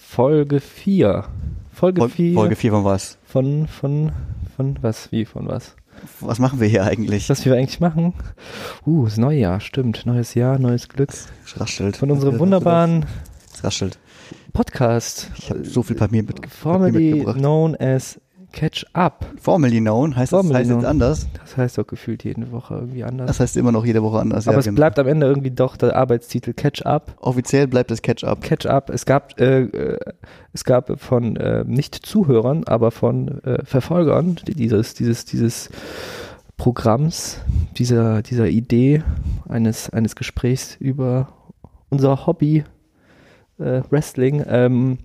Folge 4. Folge Fol 4 Folge 4 von was? von, von, von was? Wie von was? Was machen wir hier eigentlich? Was wir eigentlich machen? Uh, das neue Jahr, stimmt. Neues Jahr, neues Glück. Es raschelt. Von unserem wunderbaren Es raschelt. Podcast. Ich habe so viel Papier, mit, Papier Formerly mitgebracht. known as Catch Up. Formerly known heißt, das Formerly heißt known. jetzt anders. Das heißt doch gefühlt jede Woche irgendwie anders. Das heißt immer noch jede Woche anders. Aber ja, es genau. bleibt am Ende irgendwie doch der Arbeitstitel Catch Up. Offiziell bleibt das Catch-up. Catch Up. Es gab, äh, äh, es gab von äh, nicht Zuhörern, aber von äh, Verfolgern die- dieses, dieses, dieses Programms, dieser, dieser Idee eines, eines Gesprächs über unser Hobby äh, Wrestling ähm,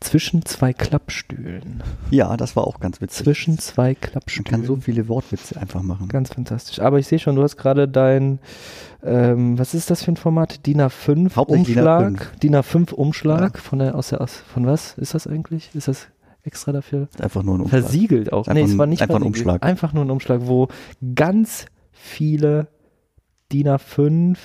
zwischen zwei Klappstühlen. Ja, das war auch ganz witzig. Zwischen zwei Man Klappstühlen. kann so viele Wortwitze einfach machen. Ganz fantastisch. Aber ich sehe schon, du hast gerade dein, ähm, was ist das für ein Format? DIN A5 Hauptsächlich DIN Umschlag. DIN A5 Umschlag von der, aus der, aus, von was ist das eigentlich? Ist das extra dafür? Ist einfach nur ein Umschlag. Versiegelt auch. Einfach Nee, es ein- war nicht einfach ein versiegelt. Umschlag. Einfach nur ein Umschlag, wo ganz viele DIN A5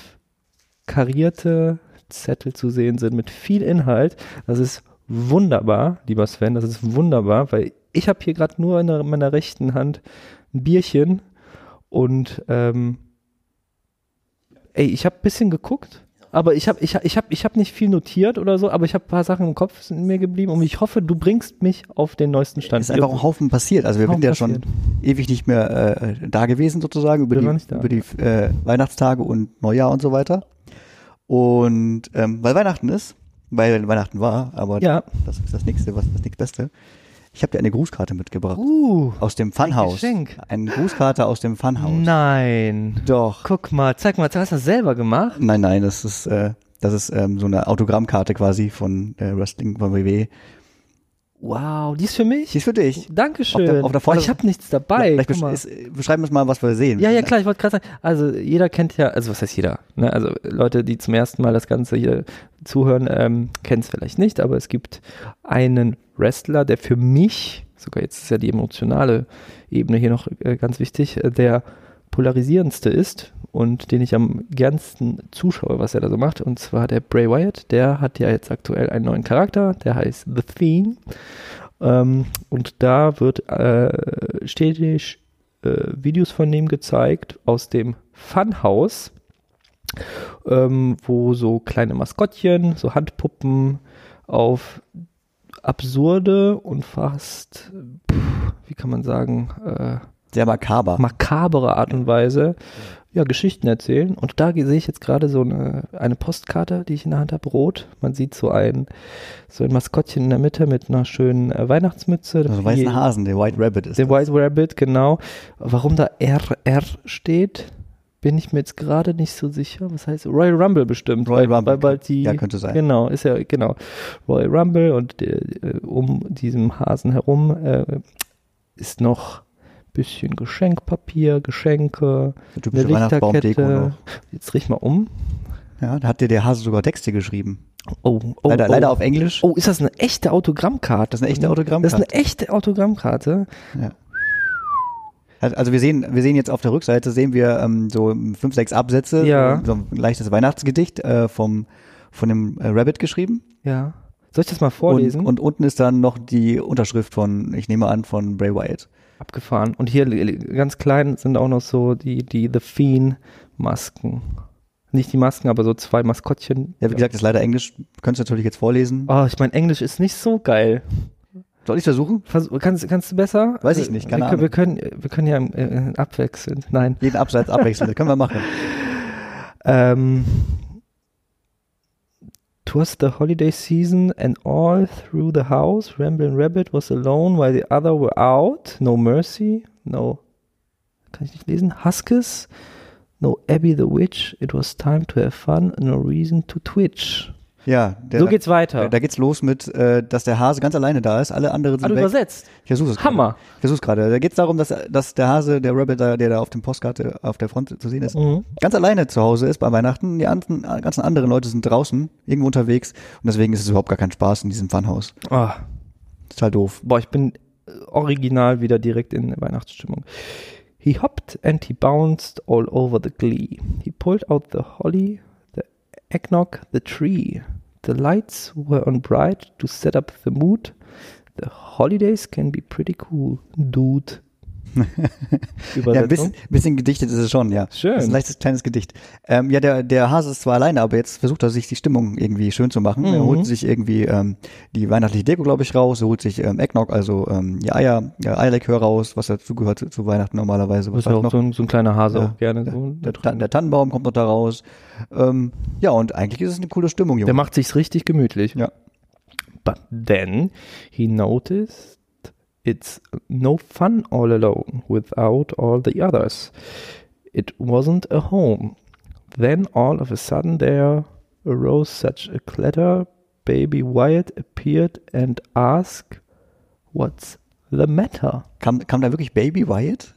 karierte Zettel zu sehen sind mit viel Inhalt. Das ist wunderbar, lieber Sven, das ist wunderbar, weil ich habe hier gerade nur in der- meiner rechten Hand ein Bierchen und ähm, ey, ich habe ein bisschen geguckt, aber ich habe ich, hab- ich hab, ich hab nicht viel notiert oder so, aber ich habe ein paar Sachen im Kopf sind mir geblieben und ich hoffe, du bringst mich auf den neuesten Stand. ist einfach ein Haufen passiert. Also wir Haufen sind ja schon ewig nicht mehr äh, da gewesen sozusagen über Wir waren die, nicht da. über die äh, Weihnachtstage und Neujahr und so weiter. Und ähm, weil Weihnachten ist, weil Weihnachten war, aber Ja. das ist das nächste, was das nächste Beste. Ich habe dir eine Grußkarte mitgebracht Uh, aus dem Funhaus. Geschenk. Eine Grußkarte aus dem Funhaus. nein. Doch. Guck mal, zeig mal, hast du das selber gemacht? Nein, nein, das ist äh, das ist ähm, so eine Autogrammkarte quasi von äh, Wrestling von WWE. Wow, die ist für mich? Die ist für dich. Dankeschön. Auf der- auf der oh, Vorder- ich habe nichts dabei. Vielleicht Guck besch mal. ist, äh, beschreiben wir es mal, was wir sehen. Ja, ja, klar, ich wollte gerade sagen, also jeder kennt ja, also was heißt jeder? Ne? Also Leute, die zum ersten Mal das Ganze hier zuhören, ähm, kennen es vielleicht nicht, aber es gibt einen Wrestler, der für mich, sogar jetzt ist ja die emotionale Ebene hier noch äh, ganz wichtig, äh, der polarisierendste ist und den ich am gernsten zuschaue, was er da so macht, und zwar der Bray Wyatt, der hat ja jetzt aktuell einen neuen Charakter, der heißt The Fiend. Ähm, und da wird äh, stetig äh, Videos von dem gezeigt aus dem Funhaus, ähm, wo so kleine Maskottchen, so Handpuppen auf absurde und fast, äh, pff, wie kann man sagen, äh, Sehr makaber. makabere Art und Weise ja, Geschichten erzählen. Und da ge- sehe ich jetzt gerade so eine, eine Postkarte, die ich in der Hand habe, rot. Man sieht so ein, so ein Maskottchen in der Mitte mit einer schönen äh, Weihnachtsmütze. Also Wie- weißen Hasen, der White Rabbit ist. der das. White Rabbit, genau. Warum da RR steht, bin ich mir jetzt gerade nicht so sicher. Was heißt Royal Rumble bestimmt? Royal weil, Rumble, Weil bald die, ja, könnte sein. Genau, ist ja, genau. Royal Rumble und äh, um diesem Hasen herum äh, ist noch ein bisschen Geschenkpapier, Geschenke, Der eine typische Weihnachtsbaumdeko Lichterkette. noch. Jetzt riech mal um. Ja, da hat dir der Hase sogar Texte geschrieben. Oh, oh, leider, oh. leider auf Englisch. Oh, ist das eine echte Autogrammkarte? Das ist eine echte Das ist Autogrammkarte. eine echte Autogrammkarte. Hat- Also wir sehen, wir sehen jetzt auf der Rückseite sehen wir ähm, so fünf, sechs Absätze, Ja. so ein leichtes Weihnachtsgedicht äh, vom von dem äh, Rabbit geschrieben. Ja. Soll ich das mal Und, vorlesen? und unten ist dann noch die Unterschrift von, ich nehme an, von Bray Wyatt. Abgefahren. Und hier li- li- ganz klein sind auch noch so die, die The Fiend-Masken. Nicht die Masken, aber so zwei Maskottchen. Ja, wie gesagt, ist leider Englisch. Könntest du natürlich jetzt vorlesen. Oh, ich meine, Englisch ist nicht so geil. Soll ich versuchen? Vers kannst, kannst du besser? Also, Weiß ich nicht, keine wir, Wir können, wir können ja äh, abwechselnd. Nein. Jeden Absatz abwechseln, das können wir machen. Um, twas the holiday season, and all through the house, Ramblin' Rabbit was alone while the other were out. No mercy, no. Kann ich nicht lesen? Huskis, no Abby the Witch. It was time to have fun, no reason to twitch. Ja, der, so geht's weiter. Da, da geht's los mit, äh, dass der Hase ganz alleine da ist, alle anderen Ah, sind du weg. übersetzt. Ich versuche es Hammer. Gerade. Ich versuch's gerade. Da geht's darum, dass, dass der Hase, der Rabbit, da, der da auf dem Postkarte auf der Front zu sehen ist, Mhm. ganz alleine zu Hause ist bei Weihnachten. Die anderen, ganzen anderen Leute sind draußen, irgendwo unterwegs und deswegen ist es überhaupt gar kein Spaß in diesem Funhaus. Ah, Total doof. boah, ich bin äh, original wieder direkt in Weihnachtsstimmung. He hopped and he bounced all over the glee. He pulled out the holly, the eggnog, the tree. the lights were on bright to set up the mood. The holidays can be pretty cool, dude. Ja, Übersetzung. ein bisschen, bisschen gedichtet ist es schon, ja. Schön. Das ist ein leichtes kleines Gedicht. Ähm, ja, der, der Hase ist zwar alleine, aber jetzt versucht er sich die Stimmung irgendwie schön zu machen. Er Mhm. holt sich irgendwie ähm, die weihnachtliche Deko, glaube ich, raus. Er holt sich ähm, Eggnog, also ähm, die Eier, ja, Eierlikör raus, was dazugehört zu, zu Weihnachten normalerweise. Das Was ist ja war auch noch? so ein, so ein kleiner Hase Ja. auch gerne. So ne? der, Ta- der Tannenbaum kommt noch da raus. Ähm, ja, und eigentlich ist es eine coole Stimmung, Der Junge. macht sich's richtig gemütlich. Ja. But then he noticed it's no fun all alone without all the others. It wasn't a home. Then all of a sudden there arose such a clatter. Baby Wyatt appeared and asked, "What's the matter?" Kam, kam da wirklich Baby Wyatt?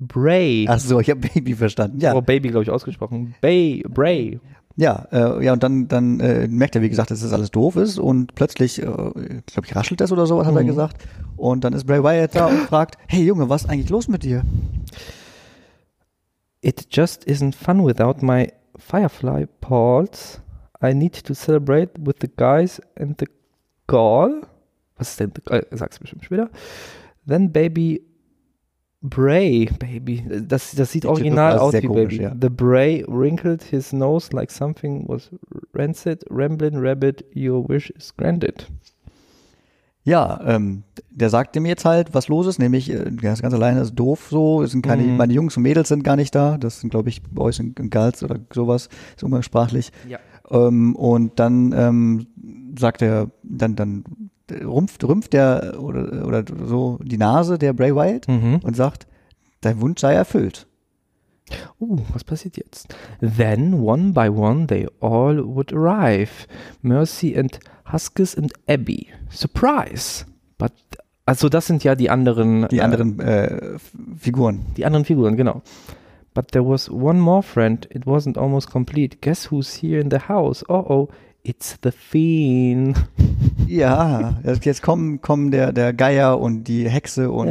Bray. Ach so, ich habe Baby verstanden. Ah, Ja, Oh, Baby, glaube ich, ausgesprochen. Bay, Bray. Ja, äh, ja, und dann, dann äh, merkt er, wie gesagt, dass das alles doof ist und plötzlich, äh, glaube ich, raschelt das oder sowas, hat er gesagt. Und dann ist Bray Wyatt da und fragt, hey Junge, was ist eigentlich los mit dir? It just isn't fun without my firefly pals. I need to celebrate with the guys and the girl. Was ist denn? the girl? Sag's bestimmt später. Then Baby Bray, Baby. Das, das sieht Die original Titel- aus sehr wie komisch, Baby. ja. The Bray wrinkled his nose like something was rancid. Ramblin' Rabbit, your wish is granted. Ja, ähm, der sagt ihm jetzt halt, was los ist, nämlich, äh, der ist ganz alleine, ist doof so, es sind keine, Mhm. meine Jungs und Mädels sind gar nicht da, das sind, glaube ich, Boys und und Girls oder sowas, ist umgangssprachlich. Ja. Ähm, und dann ähm, sagt er, dann, dann rumpft, rümpft der oder, oder so die Nase der Bray Wyatt Mhm. und sagt, dein Wunsch sei erfüllt. Uh, was passiert jetzt? Then, one by one, they all would arrive. Mercy and Huskis and Abby. Surprise! But, also das sind ja die anderen, Die äh, anderen äh, F- Figuren. die anderen Figuren, genau. But there was one more friend. It wasn't almost complete. Guess who's here in the house? Oh oh, it's the Fiend. Ja, jetzt jetzt kommen, kommen der, der Geier und die Hexe und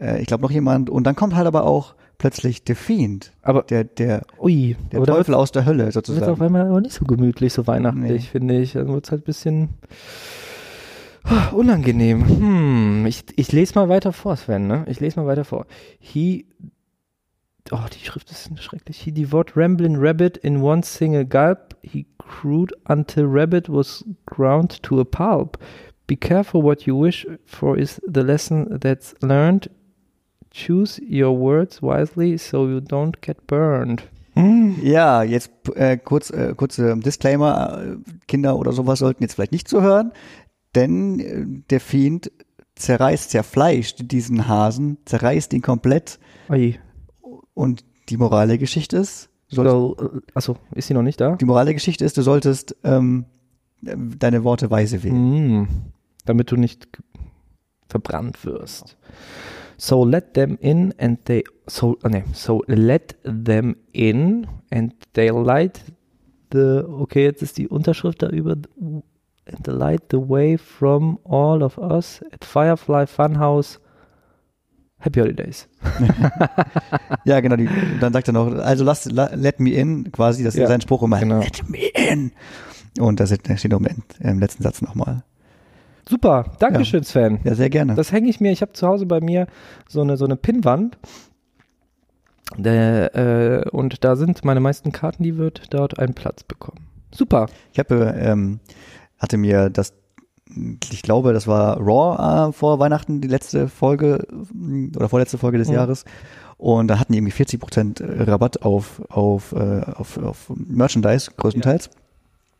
Ja. äh, ich glaube noch jemand. Und dann kommt halt aber auch plötzlich der Fiend, Aber, der, der, ui, der aber da Teufel aus der Hölle wird auf sozusagen. einmal aber nicht so gemütlich, so weihnachtlich, finde ich. Dann wird es halt ein bisschen oh, unangenehm. Hm, ich, ich lese mal weiter vor, Sven, ne? Ich lese mal weiter vor. He. Oh, die Schrift ist schrecklich. He devoured Ramblin' Rabbit in one single gulp. He crewed until Rabbit was ground to a pulp. Be careful what you wish for is the lesson that's learned. Choose your words wisely so you don't get burned. Ja, jetzt äh, kurz, äh, kurze Disclaimer, äh, Kinder oder sowas sollten jetzt vielleicht nicht zuhören, denn äh, der Fiend zerreißt, zerfleischt diesen Hasen, zerreißt ihn komplett Oi. und die Moral der Geschichte ist, du solltest So, äh, achso, ist sie noch nicht da? Die Moral der Geschichte ist, du solltest ähm, deine Worte weise wählen. Mm, damit du nicht ge- verbrannt wirst. So let them in and they so ah, nee, so let them in and they light the okay jetzt ist die Unterschrift da über and they light the way from all of us at Firefly Funhouse Happy Holidays. Ja, genau. Die, dann sagt er noch, also lass, la, let me in, quasi, das Ja, ist sein Spruch immer. genau. Let me in. Und das steht noch im, End- im letzten Satz nochmal. Super, Dankeschön Sven. Ja, sehr gerne. Das hänge ich mir, ich habe zu Hause bei mir so eine, so eine Pinnwand. Der, äh, und da sind meine meisten Karten, die wird dort einen Platz bekommen. Super. Ich habe, ähm, hatte mir das, ich glaube, das war Raw äh, vor Weihnachten, die letzte Folge mh, oder vorletzte Folge des Mhm. Jahres. Und da hatten die irgendwie 40% Rabatt auf, auf, äh, auf, auf Merchandise größtenteils.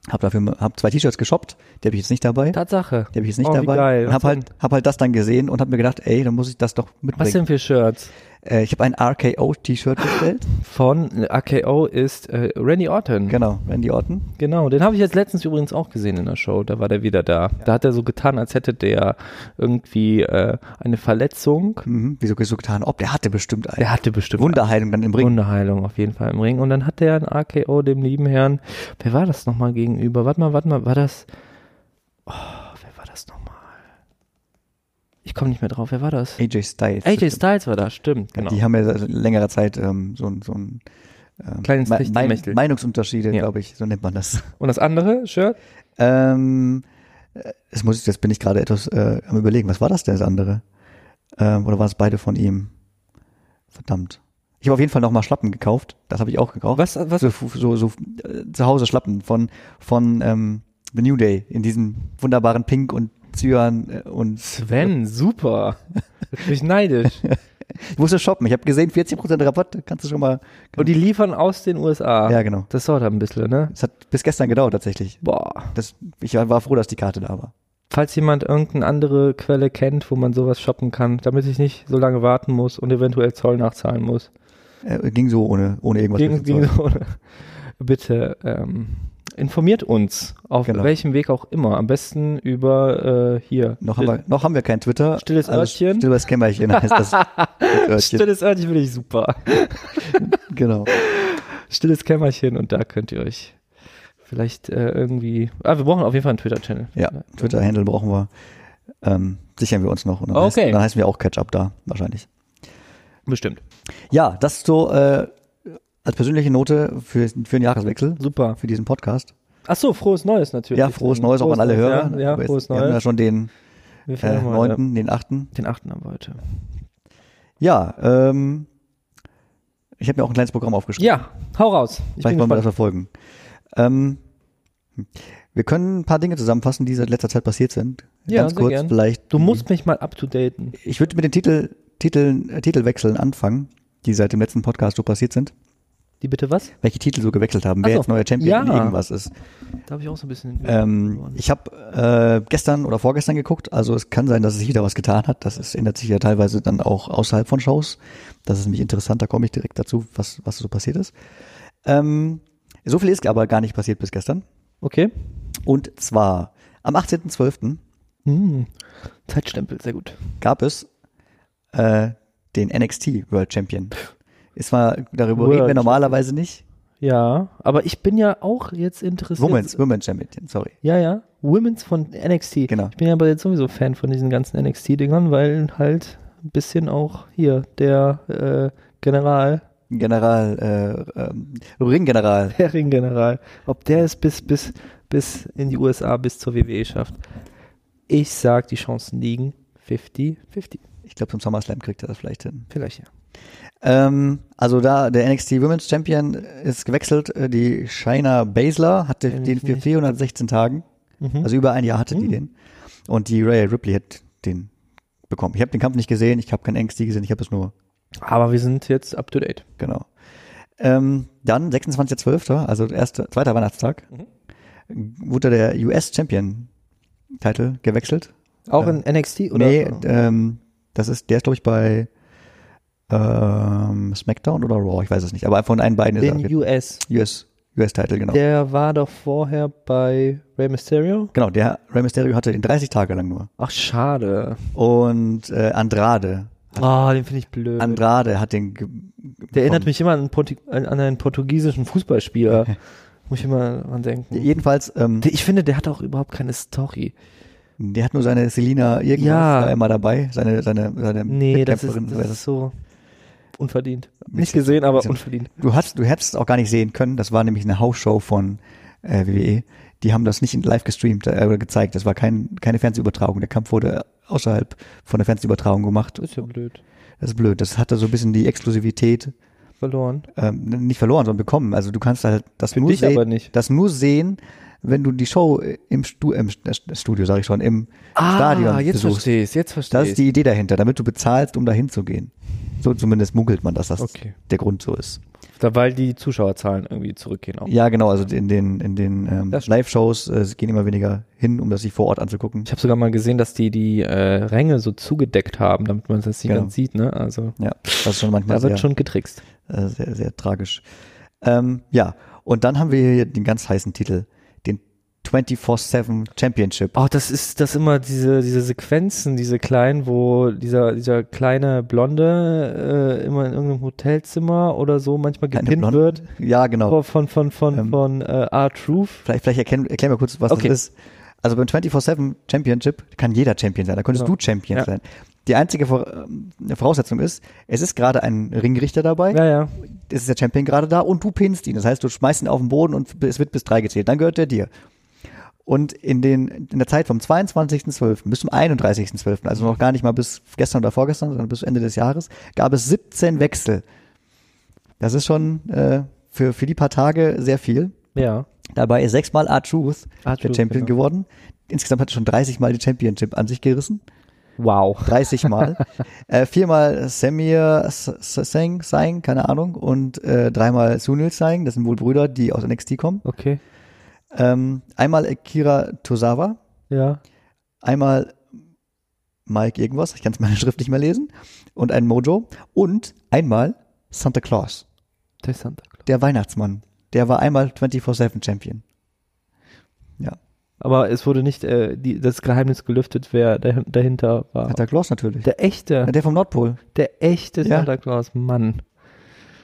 Hab dafür hab zwei T-Shirts geshoppt, die habe ich jetzt nicht dabei. Tatsache. Die habe ich jetzt nicht Oh, wie dabei. geil. Und hab Was halt, hab halt das dann gesehen und hab mir gedacht, ey, dann muss ich das doch Was mitbringen. denn für Shirts? Äh, ich habe ein RKO-T-Shirt bestellt. Von AKO ist äh, Randy Orton. genau, Randy Orton. Genau, den habe ich jetzt letztens übrigens auch gesehen in der Show. Da war der wieder da. Da hat er so getan, als hätte der irgendwie äh, eine Verletzung. Mhm. Wieso so getan? Ob der hatte bestimmt einen. Der hatte bestimmt Wunderheilung dann im Ring. Wunderheilung auf jeden Fall im Ring. Und dann hat der ein AKO dem lieben Herrn, wer war das nochmal gegenüber? Warte mal, warte mal, war das, oh, wer war das nochmal? Ich komme nicht mehr drauf, wer war das? AJ Styles. AJ Styles war da, stimmt, genau. Die haben ja seit längerer Zeit ähm, so ein, so ein ähm, Kleines Me- Techtelmechtel. Meinungsunterschiede, Ja. glaube ich, so nennt man das. Und das andere Shirt? Ähm, es muss, jetzt bin ich gerade etwas äh, am überlegen, was war das denn das andere? Ähm, oder waren es beide von ihm? Verdammt. Ich habe auf jeden Fall nochmal Schlappen gekauft. Das habe ich auch gekauft. Was, was? So, so, so äh, zu Hause Schlappen von, von ähm, The New Day in diesem wunderbaren Pink und Zyan äh, und Sven, super. Ich bin ich neidisch. ich musste shoppen. Ich habe gesehen, 40% Rabatt, kannst du schon mal. Und die liefern aus den USA. Ja, genau. Das dauert ein bisschen, ne? Es hat bis gestern gedauert tatsächlich. Boah. Das, ich war froh, dass die Karte da war. Falls jemand irgendeine andere Quelle kennt, wo man sowas shoppen kann, damit ich nicht so lange warten muss und eventuell Zoll nachzahlen muss. Äh, ging so ohne, ohne irgendwas. Gegen, wissen zu wollen. gegen so, bitte ähm, informiert uns, auf Genau. welchem Weg auch immer. Am besten über äh, hier. noch, haben wir, noch haben wir kein Twitter. Stilles Also Örtchen. Stilles Kämmerchen heißt das. Örtchen. Stilles Örtchen finde ich super. Genau. Stilles Kämmerchen und da könnt ihr euch vielleicht äh, irgendwie. Ah, wir brauchen auf jeden Fall einen Twitter-Channel. Ja, Twitter-Handle brauchen wir. Ähm, sichern wir uns noch. Und dann, Okay. heißt, dann heißen wir auch Catch-Up da, wahrscheinlich. Bestimmt. Ja, das so äh, als persönliche Note für, für den Jahreswechsel, Super. für diesen Podcast. Ach so, frohes Neues natürlich. Ja, frohes Neues auch an alle Hörer. Ja, Aber ja jetzt- frohes Wir haben ja Neues. schon den Wir äh, feiern mal, ja. 9., den 8. Den 8. haben wir heute. Ja, ähm, ich habe mir auch ein kleines Programm aufgeschrieben. Ja, hau raus. Ich Vielleicht bin wollen wir das gespannt. verfolgen. Ähm, wir können ein paar Dinge zusammenfassen, die seit letzter Zeit passiert sind. Ja, Ganz sehr kurz gern. vielleicht. Du die- musst mich mal up-to-daten. Ich würde mit den Titel, Titeln, äh, Titelwechseln anfangen, die seit dem letzten Podcast so passiert sind. Die bitte was? Welche Titel so gewechselt haben, wer Ach so. jetzt neuer Champion Ja. in irgendwas ist. Da habe ich auch so ein bisschen. Ähm, ich habe äh, gestern oder vorgestern geguckt, also es kann sein, dass es sich wieder was getan hat. Das ist, ändert sich ja teilweise dann auch außerhalb von Shows. Das ist nämlich interessant, da komme ich direkt dazu, was, was so passiert ist. Ähm, so viel ist aber gar nicht passiert bis gestern. okay. Und zwar am 18.12. Hm. Zeitstempel, sehr gut. gab es äh, den NXT World Champion. Ist mal, darüber World reden wir normalerweise nicht. Ja, aber ich bin ja auch jetzt interessiert. Women's, Women's Champion, sorry. Ja, ja. Women's von NXT. Genau. Ich bin ja aber jetzt sowieso Fan von diesen ganzen NXT-Dingern, weil halt ein bisschen auch hier der äh, General, General, äh, ähm, Ringgeneral. der Ringgeneral, ob der es bis, bis, bis in die USA, bis zur WWE schafft. Ich sag, die Chancen liegen 50-50. Ich glaube, zum SummerSlam kriegt er das vielleicht hin. Vielleicht ja. Ähm, also da, der NXT Women's Champion ist gewechselt. Äh, Die Shayna Baszler hatte Kenn den ich für nicht. 416 Tagen. Mhm. Also über ein Jahr hatte die Mhm. den. Und die Rhea Ripley hat den bekommen. Ich habe den Kampf nicht gesehen, ich habe kein NXT gesehen, ich habe es nur Also, Aber wir sind jetzt up to date. Genau. Ähm, dann 26.12., also erste, zweiter Weihnachtstag, Mhm. wurde der US-Champion-Titel gewechselt. Auch Ja. in NXT oder? nee, ähm, das ist, der ist, glaube ich, bei ähm, SmackDown oder Raw, ich weiß es nicht, aber von einen beiden ist den er US. US, US-Titel, genau. Der war doch vorher bei Rey Mysterio. genau, der Rey Mysterio hatte den 30 Tage lang nur. Ach, schade. Und äh, Andrade, Ah, den finde ich blöd. Andrade hat den ge- Der erinnert bekommen. mich immer an, einen Portu- an an einen portugiesischen Fußballspieler. Muss ich immer dran denken. Jedenfalls, ähm, Ich finde, der hat auch überhaupt keine Story. der hat nur seine Selina irgendwas Ja. da immer dabei, seine, seine, seine Nee, das ist, Mitkämpferin, das weiß ist so unverdient. Nicht Bisschen- gesehen, aber bisschen- unverdient. Du hast, du hättest es auch gar nicht sehen können. Das war nämlich eine Hausshow von äh, WWE. Die haben das nicht in live gestreamt äh, oder gezeigt. Das war kein, keine Fernsehübertragung. Der Kampf wurde außerhalb von der Fernsehübertragung gemacht. Ist ja blöd. Das ist blöd. Das hatte so ein bisschen die Exklusivität Verloren. ähm, nicht verloren, sondern bekommen. Also du kannst halt das Für nur dich sehen, aber nicht. das nur sehen, wenn du die Show im, Stu im St- Studio, sage ich schon, im Stadion Ah, jetzt besuchst. verstehe ich jetzt verstehe Das ist die Idee dahinter, damit du bezahlst, um dahin zu gehen. So zumindest munkelt man, dass das Okay. der Grund so ist. Da, weil die Zuschauerzahlen irgendwie zurückgehen auch. Ja, genau, also in den, in den ähm, Das stimmt. Live-Shows äh, es gehen immer weniger hin, um das sich vor Ort anzugucken. Ich habe sogar mal gesehen, dass die die äh, Ränge so zugedeckt haben, damit man das nicht Genau. ganz sieht. Ne? Also Ja, das ist schon manchmal da sehr, wird schon getrickst. äh, sehr, sehr tragisch. Ähm, ja, und dann haben wir hier den ganz heißen Titel, den 24-7 Championship. Oh, das ist das immer diese diese Sequenzen, diese kleinen, wo dieser dieser kleine Blonde äh, immer in irgendeinem Hotelzimmer oder so manchmal Keine gepinnt Blonde. wird Ja, genau. von von von von, Ähm. von äh, R-Truth. Vielleicht, vielleicht erklär, erklär mal kurz, was Okay. das ist. Also beim 24-7 Championship kann jeder Champion sein, da könntest Genau. du Champion Ja. sein. Die einzige Vor ähm, Voraussetzung ist, es ist gerade ein Ringrichter dabei. Ja, ja. es ist der Champion gerade da und du pinst ihn. Das heißt, du schmeißt ihn auf den Boden und es wird bis drei gezählt. Dann gehört er dir. Und in, den, in der Zeit vom 22.12. bis zum 31.12., also noch gar nicht mal bis gestern oder vorgestern, sondern bis Ende des Jahres, gab es 17 Wechsel. Das ist schon äh, für, für die paar Tage sehr viel. Ja. Dabei ist sechsmal R-Truth der R-Truth, Champion genau. geworden. Insgesamt hat er schon 30 Mal die Championship an sich gerissen. Wow. 30 Mal. äh, viermal Samir S- S- Singh, Singh, keine Ahnung. Und äh, dreimal Sunil Singh, das sind wohl Brüder, die aus NXT kommen. Okay. Ähm, einmal Akira Tozawa, Ja. einmal Mike irgendwas, ich kann es meine Schrift nicht mehr lesen. Und ein Mojo. Und einmal Santa Claus, Interessant. der Weihnachtsmann. Der war einmal 24-7 Champion. Aber es wurde nicht äh, die, das Geheimnis gelüftet, wer dah dahinter war. Santa Claus natürlich. Der echte, Ja, der vom Nordpol. der echte Ja. Santa Claus, Mann.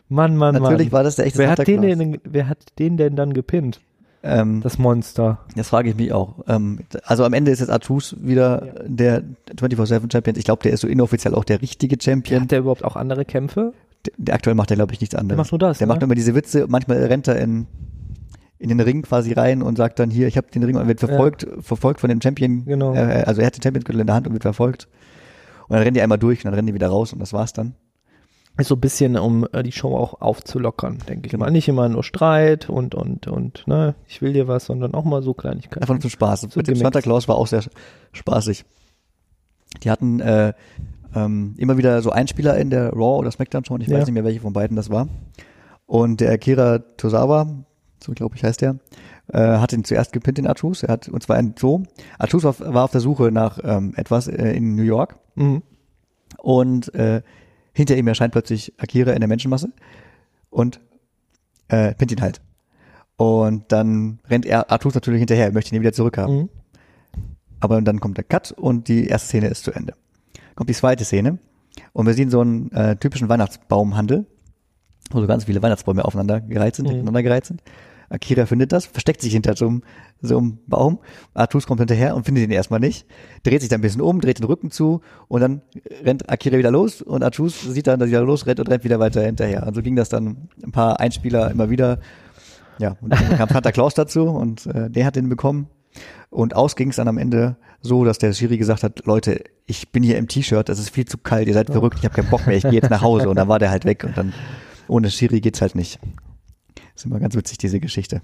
Mann, Mann, Natürlich Mann. war das der echte Wer Santa hat, den Claus. denn, wer hat den denn dann gepinnt? ähm, Das Monster. Das frage ich mich auch. Ähm, also am Ende ist jetzt Artus wieder Ja. der 24-7 Champion. Ich glaube, der ist so inoffiziell auch der richtige Champion. Hat der überhaupt auch andere Kämpfe? Der, der aktuell macht der, glaube ich, nichts anderes. Der macht nur das, Der ne? macht immer diese Witze. Manchmal rennt er in, in den Ring quasi rein und sagt dann hier, ich habe den Ring und wird verfolgt, verfolgt von dem Champion. Genau. Äh, also er hat den Champion in der Hand und wird verfolgt. Und dann rennen die einmal durch und dann rennen die wieder raus und das war's dann. Ist so ein bisschen, um äh, die Show auch aufzulockern, denke ich mal. Nicht immer nur Streit und, und, und, ne, ich will dir was, sondern auch mal so Kleinigkeiten. Einfach nur zum Spaß. Mit dem Gimmicks. Santa Claus war auch sehr spaßig. Die hatten äh, ähm, immer wieder so Einspieler in der Raw oder SmackDown schon, ich Ja. weiß nicht mehr, welche von beiden das war. Und der Akira Tozawa, so glaube ich heißt der, äh, hat ihn zuerst gepinnt, den Artus. Er hat, und zwar ein- so, Artus war, war auf der Suche nach ähm, etwas äh, in New York Mhm. und äh, hinter ihm erscheint plötzlich Akira in der Menschenmasse und äh, pinnt ihn halt. Und dann rennt er Artus natürlich hinterher, er möchte ihn wieder zurückhaben. Mhm. Aber dann kommt der Cut und die erste Szene ist zu Ende. Kommt die zweite Szene und wir sehen so einen äh, typischen Weihnachtsbaumhandel, wo so ganz viele Weihnachtsbäume aufeinander gereiht sind, Mhm. hintereinander gereiht sind. Akira findet das, versteckt sich hinter so einem, so einem Baum. Artus kommt hinterher und findet ihn erstmal nicht, dreht sich dann ein bisschen um, dreht den Rücken zu und dann rennt Akira wieder los und Artus sieht dann, dass er wieder losrennt und rennt wieder weiter hinterher. Und so ging das dann ein paar Einspieler immer wieder. Ja, und dann kam Santa Claus dazu und äh, der hat den bekommen. Und aus ging es dann am Ende so, dass der Schiri gesagt hat, Leute, ich bin hier im T-Shirt, das ist viel zu kalt, ihr seid verrückt, ich habe keinen Bock mehr, ich gehe jetzt nach Hause. Und dann war der halt weg und dann ohne Schiri geht's halt nicht. Ist immer ganz witzig, diese Geschichte.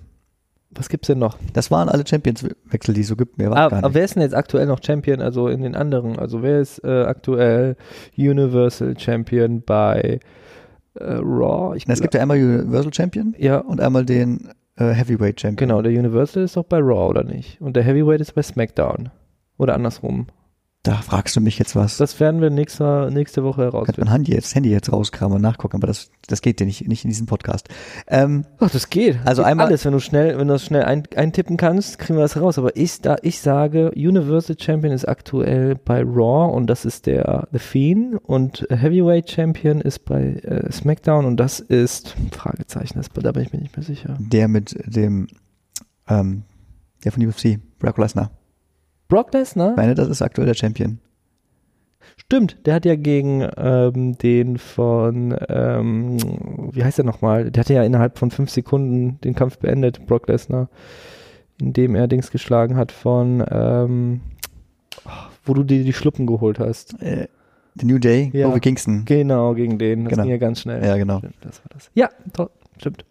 Was gibt's denn noch? Das waren alle Champions-Wechsel, die es so gibt. Mehr war Ah, gar aber nicht. wer ist denn jetzt aktuell noch Champion, also in den anderen? Also wer ist äh, aktuell Universal Champion bei äh, Raw? Ich Na, es gibt ja einmal Universal Champion glaub- ja, und einmal den äh, Heavyweight Champion. genau, der Universal ist doch bei Raw, oder nicht? Und der Heavyweight ist bei SmackDown. Oder andersrum. Da fragst du mich jetzt was. Das werden wir nächste, nächste Woche Kannst herausfinden. mein Handy jetzt, Handy jetzt rauskramen und nachgucken, aber das, das geht dir nicht, nicht in diesem Podcast. Ähm, Ach, das geht. Also geht einmal- alles, wenn du schnell, wenn du das schnell ein, eintippen kannst, kriegen wir das raus. Aber ich, da, ich sage, Universal Champion ist aktuell bei Raw und das ist der The Fiend und Heavyweight Champion ist bei äh, SmackDown und das ist Fragezeichen. Das, da bin ich mir nicht mehr sicher. der mit dem, ähm, der von UFC, Brock Lesnar. Brock Lesnar? Ich meine, ne, das ist aktuell der Champion. Stimmt, der hat ja gegen ähm, den von, ähm, wie heißt der nochmal? Der hatte ja innerhalb von fünf Sekunden den Kampf beendet, Brock Lesnar, indem er Dings geschlagen hat von, ähm, wo du dir die Schluppen geholt hast. Äh, The New Day, Ja. Kofi Kingston. Genau, gegen den. Das Genau. ging ja ganz schnell. Ja, genau. Stimmt, das war das. Ja, to- stimmt.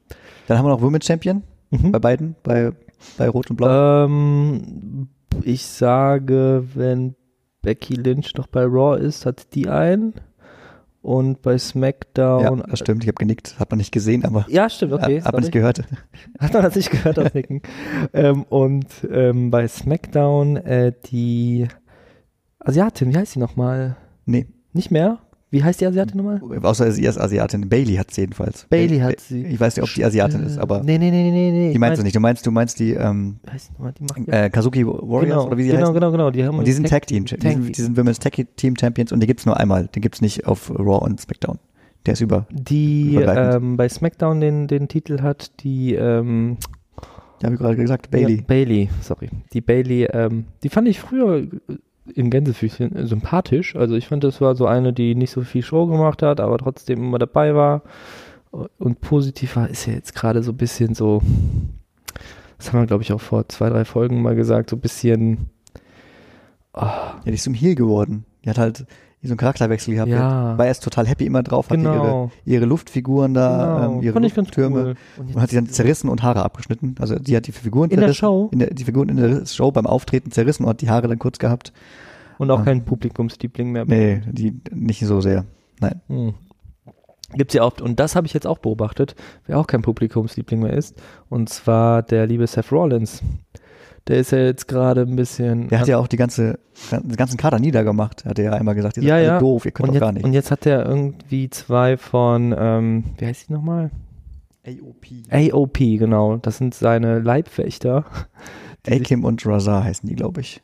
Dann haben wir noch Women's Champion Mhm. bei beiden, bei, bei Rot und Äh, Blau. Ähm, ich sage, wenn Becky Lynch noch bei Raw ist, hat die einen. Und bei ja, SmackDown das stimmt, ich habe genickt, hat man nicht gesehen, aber Ja, stimmt, okay. hat, hat man nicht sorry. gehört. Hat man das nicht gehört, das Nicken. ähm, und ähm, bei SmackDown äh, die Asiatin, wie heißt sie nochmal? Nee, Nicht mehr? Wie heißt die Asiatin nochmal? außer sie ist Asiatin. Bailey hat sie jedenfalls. Äh, Bailey hat sie. Ich weiß nicht, ob die Asiatin ist, aber Nee, nee, nee, nee, nee. die meinst du nicht. Du meinst, du meinst die ähm, Wie heißt sie nochmal? Die macht ja. äh, Kazuki Warriors genau, oder wie sie genau, heißt. genau, genau. Die haben Und die sind Tag Team, die Tag sind, die sind Women's Tag Team Champions und die gibt's nur einmal. Den gibt's nicht auf Raw und SmackDown. Der ist über. Die Übergreifend. ähm, bei SmackDown den, den Titel hat, die ähm, Ja, habe ich gerade gesagt, Bailey. Ja, Bailey, sorry. Die Bailey, ähm, die fand ich früher äh, im Gänsefüßchen äh, sympathisch. Also ich fand, das war so eine, die nicht so viel Show gemacht hat, aber trotzdem immer dabei war. Und positiv war, ist ja jetzt gerade so ein bisschen so das haben wir, glaube ich, auch vor zwei, drei Folgen mal gesagt, so ein bisschen. Oh, Ja, die ist zum Heel geworden. Die hat halt so einen Charakterwechsel gehabt. Ja. Die War erst total happy immer drauf, hat Genau. ihre, ihre Luftfiguren da, ähm, ihre Fand ich ganz Lufttürme. cool. Und Und hat sie dann jetzt- zerrissen und Haare abgeschnitten. Also die hat die Figuren In der zerrissen. Show? In der, die Figuren in der Show beim Auftreten zerrissen und hat die Haare dann kurz gehabt. und auch kein Publikumsliebling mehr. Nee, die nicht so sehr. Nein. Hm. Gibt's ja oft, und das habe ich jetzt auch beobachtet, wer auch kein Publikumsliebling mehr ist, und zwar der liebe Seth Rollins. Der ist ja jetzt gerade ein bisschen. Der hat ja auch die ganze, den ganzen Kader niedergemacht, hat er ja einmal gesagt. Ihr Ja, seid alle ja. doof, ihr könnt und, doch jetzt, gar nicht. und jetzt hat er irgendwie zwei von, ähm, wie heißt die nochmal? AOP. AOP, genau. Das sind seine Leibwächter. Akim und Razar heißen die, glaube ich.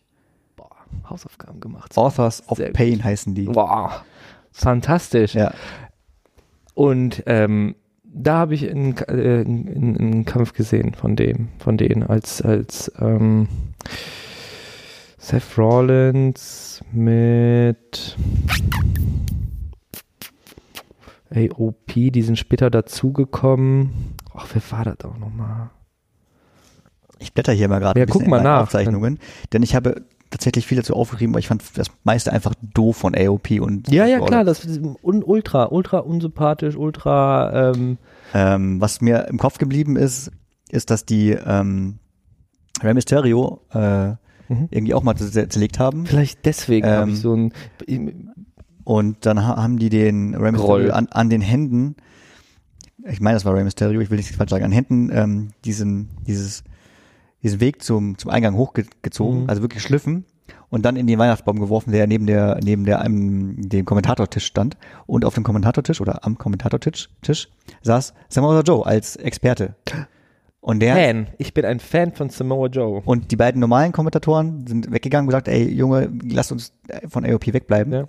Boah, Hausaufgaben gemacht. Authors of Sehr gut. Pain heißen die. Wow, fantastisch. Ja. Und ähm, da habe ich einen, K- äh, einen, einen einen Kampf gesehen von dem, von denen, als, als ähm, Seth Rollins mit AOP, die sind später dazugekommen. Ach, wer war das auch nochmal? Ich blätter hier mal gerade Ja, ein bisschen guck mal in meinen nach. Aufzeichnungen, denn ich habe tatsächlich viel dazu aufgeschrieben, aber ich fand das meiste einfach doof von AOP und Ja, ja, Rollins. klar, das ist un, ultra, ultra unsympathisch, ultra, ähm, Ähm, was mir im Kopf geblieben ist, ist, dass die ähm, Rey Mysterio äh, Mhm. irgendwie auch mal zer- zerlegt haben vielleicht deswegen habe Ähm, ich so ein, und dann ha haben die den Groll. Rey Mysterio an, an den Händen, ich meine, das war Rey Mysterio, ich will nichts falsch sagen, an Händen ähm, diesen, dieses, diesen Weg zum, zum Eingang hochgezogen, Mhm. also wirklich schliffen und dann in den Weihnachtsbaum geworfen, der neben der neben der einem, dem Kommentatortisch stand und auf dem Kommentatortisch oder am Kommentatortisch Tisch saß Samoa Joe als Experte und der Fan. Ich bin ein Fan von Samoa Joe. Und die beiden normalen Kommentatoren sind weggegangen und gesagt, ey Junge, lass uns von AOP wegbleiben. Ja.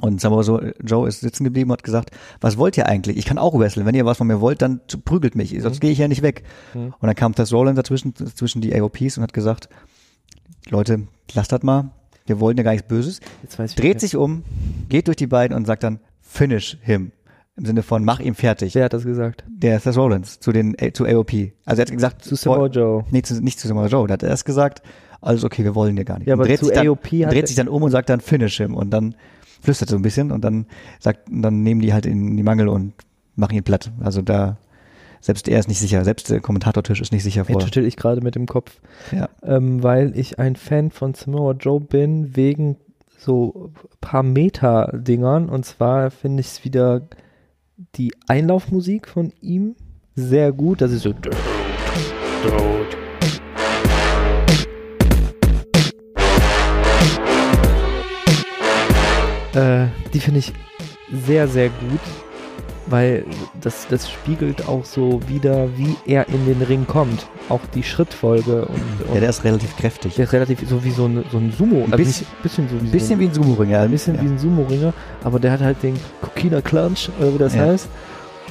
Und Samoa so, Joe ist sitzen geblieben und hat gesagt, was wollt ihr eigentlich? Ich kann auch wresteln. Wenn ihr was von mir wollt, dann t- prügelt mich, Mhm. sonst gehe ich ja nicht weg. Und dann kam das Roland dazwischen, zwischen die AOPs und hat gesagt, Leute, lasst das mal. Wir wollen ja gar nichts Böses. Jetzt weiß ich, Dreht sich um, geht durch die beiden und sagt dann, finish him. Im Sinne von, mach ihn fertig. Wer hat das gesagt? Der Seth Rollins zu den, äh, zu AOP. Also er hat gesagt, Zu Samoa Joe. Nee, zu, nicht zu Samoa Joe. Da hat er erst gesagt, alles okay, wir wollen dir gar nicht. Ja, Und aber dreht zu sich dann, AOP hat er- dreht sich dann um und sagt dann finish him und dann flüstert so ein bisschen und dann sagt, und dann nehmen die halt in die Mangel und machen ihn platt. Also da, selbst er ist nicht sicher, selbst der Kommentatortisch ist nicht sicher Jetzt vorher. schüttel ich gerade mit dem Kopf. Ja. Ähm, weil ich ein Fan von Samoa Joe bin, wegen so paar Meta-Dingern. Und zwar finde ich es wieder die Einlaufmusik von ihm sehr gut. Das ist so. Äh, die finde ich sehr, sehr gut, weil das, das spiegelt auch so wieder, wie er in den Ring kommt. Auch die Schrittfolge und, ja, und der ist relativ kräftig. der ist relativ so wie so ein, so ein Sumo. Ein also bisschen- nicht- bisschen so wie Ein bisschen so wie ein Sumo-Ring, ja. ein, bisschen ja. wie ein Sumo-Ringer, aber der hat halt den Kokina Clutch, oder wie das Ja. heißt.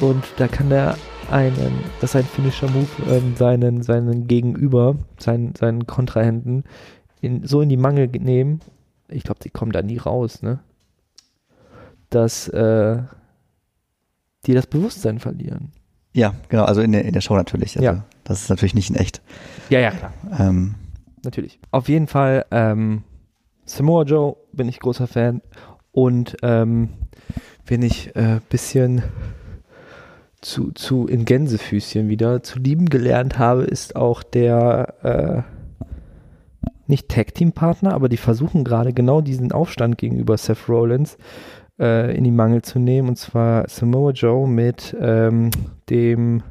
Und da kann der einen, das ist ein finnischer Move, ähm, seinen, seinen Gegenüber, seinen, seinen Kontrahenten in, so in die Mangel ge- nehmen. Ich glaube, die kommen da nie raus, ne? Dass äh, die das Bewusstsein verlieren. ja, genau, also in der, in der Show natürlich. Also Ja. Das ist natürlich nicht in echt. Ja, ja, klar. Ähm, natürlich. Auf jeden Fall, ähm, Samoa Joe bin ich großer Fan und ähm, bin ich ein äh, bisschen zu, zu in Gänsefüßchen wieder zu lieben gelernt habe, ist auch der äh, nicht Tag-Team-Partner, aber die versuchen gerade genau diesen Aufstand gegenüber Seth Rollins äh, in die Mangel zu nehmen und zwar Samoa Joe mit ähm, dem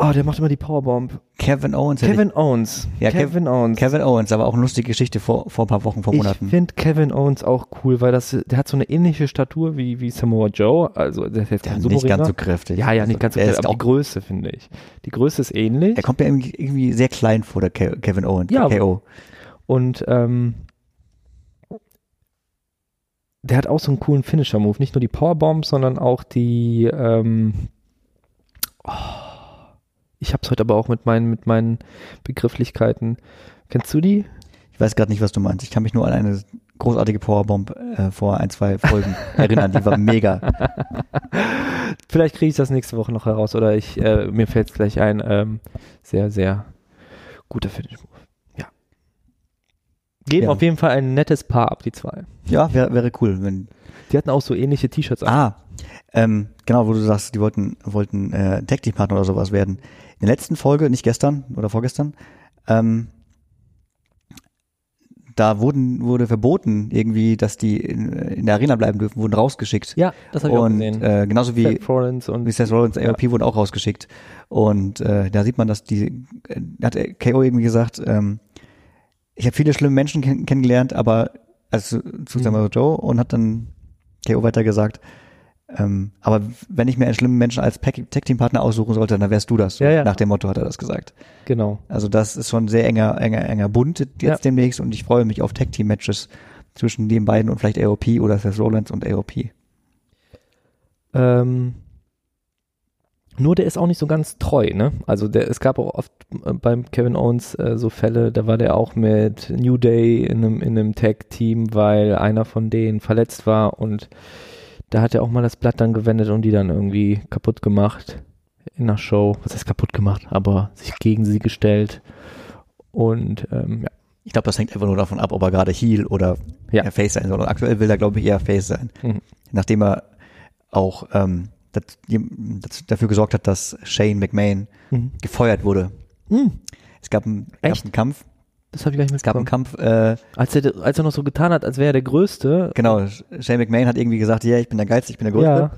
Oh, der macht immer die Powerbomb. Kevin Owens. hätte ich- Kevin Owens. Ja, Kev- Kevin Owens. Kevin Owens, aber auch eine lustige Geschichte vor, vor ein paar Wochen, vor Monaten. Ich finde Kevin Owens auch cool, weil das, der hat so eine ähnliche Statur wie, wie Samoa Joe. Also der ist jetzt Der kein ist nicht ganz Sumo-Ringer. so kräftig. Ja, ja, nicht ganz so der klar, ist aber die auch, Größe finde ich. Die Größe ist ähnlich. Er kommt mir irgendwie- irgendwie sehr klein vor, der Ke- Kevin Owens. Ja, der KO. Und ähm, der hat auch so einen coolen Finisher-Move. Nicht nur die Powerbomb, sondern auch die. Ähm, oh, ich hab's heute aber auch mit meinen, mit meinen Begrifflichkeiten. Kennst du die? Ich weiß gerade nicht, was du meinst. Ich kann mich nur an eine großartige Powerbomb äh, vor ein, zwei Folgen erinnern. Die war mega. Vielleicht kriege ich das nächste Woche noch heraus oder ich, äh, mir fällt es gleich ein. Ähm, sehr, sehr guter Finish-Move. Ja. Geben Ja. auf jeden Fall ein nettes Paar ab, die zwei. Ja, wär, wäre cool, wenn. Die hatten auch so ähnliche T-Shirts an. Ah, ähm, genau, wo du sagst, die wollten, wollten äh, Tag Team Partner oder sowas werden. In der letzten Folge, nicht gestern oder vorgestern, ähm, da wurden, wurde verboten irgendwie, dass die in, in der Arena bleiben dürfen, wurden rausgeschickt. Ja, das habe ich auch und gesehen. äh, genauso wie Seth Rollins und wie Seth Rollins AOP wurden auch rausgeschickt. Und äh, da sieht man, dass die, äh, hat äh, KO irgendwie gesagt, ähm, ich habe viele schlimme Menschen ken kennengelernt, aber also Mhm. zu Samoa Joe und hat dann KO weiter gesagt, ähm, aber wenn ich mir einen schlimmen Menschen als Tag-Team-Partner aussuchen sollte, dann wärst du das. Ja, ja. Nach dem Motto hat er das gesagt. genau. Also das ist schon sehr enger, enger, enger Bund jetzt Ja. demnächst und ich freue mich auf Tag-Team-Matches zwischen den beiden und vielleicht AOP oder Seth Rollins und AOP. Ähm, nur der ist auch nicht so ganz treu, ne? Also der, es gab auch oft äh, beim Kevin Owens äh, so Fälle, da war der auch mit New Day in einem, in einem Tag-Team, weil einer von denen verletzt war und da hat er auch mal das Blatt dann gewendet und die dann irgendwie kaputt gemacht in der Show. Was heißt kaputt gemacht? Aber sich gegen sie gestellt und ähm, Ich glaube, das hängt einfach nur davon ab, ob er gerade Heal oder Ja. eher Face sein soll. Und aktuell will er, glaube ich, eher Face sein. Mhm. Nachdem er auch ähm, das, das, dafür gesorgt hat, dass Shane McMahon Mhm. gefeuert wurde. ja. Hm, Es gab einen, gab Echt? einen Kampf. das habe ich gleich Es gab einen mitbekommen. Kampf. Äh, Als er, als er noch so getan hat, als wäre er der Größte. genau, Shane McMahon hat irgendwie gesagt, ja, ich bin der Geilste, ich bin der Größte. Ja.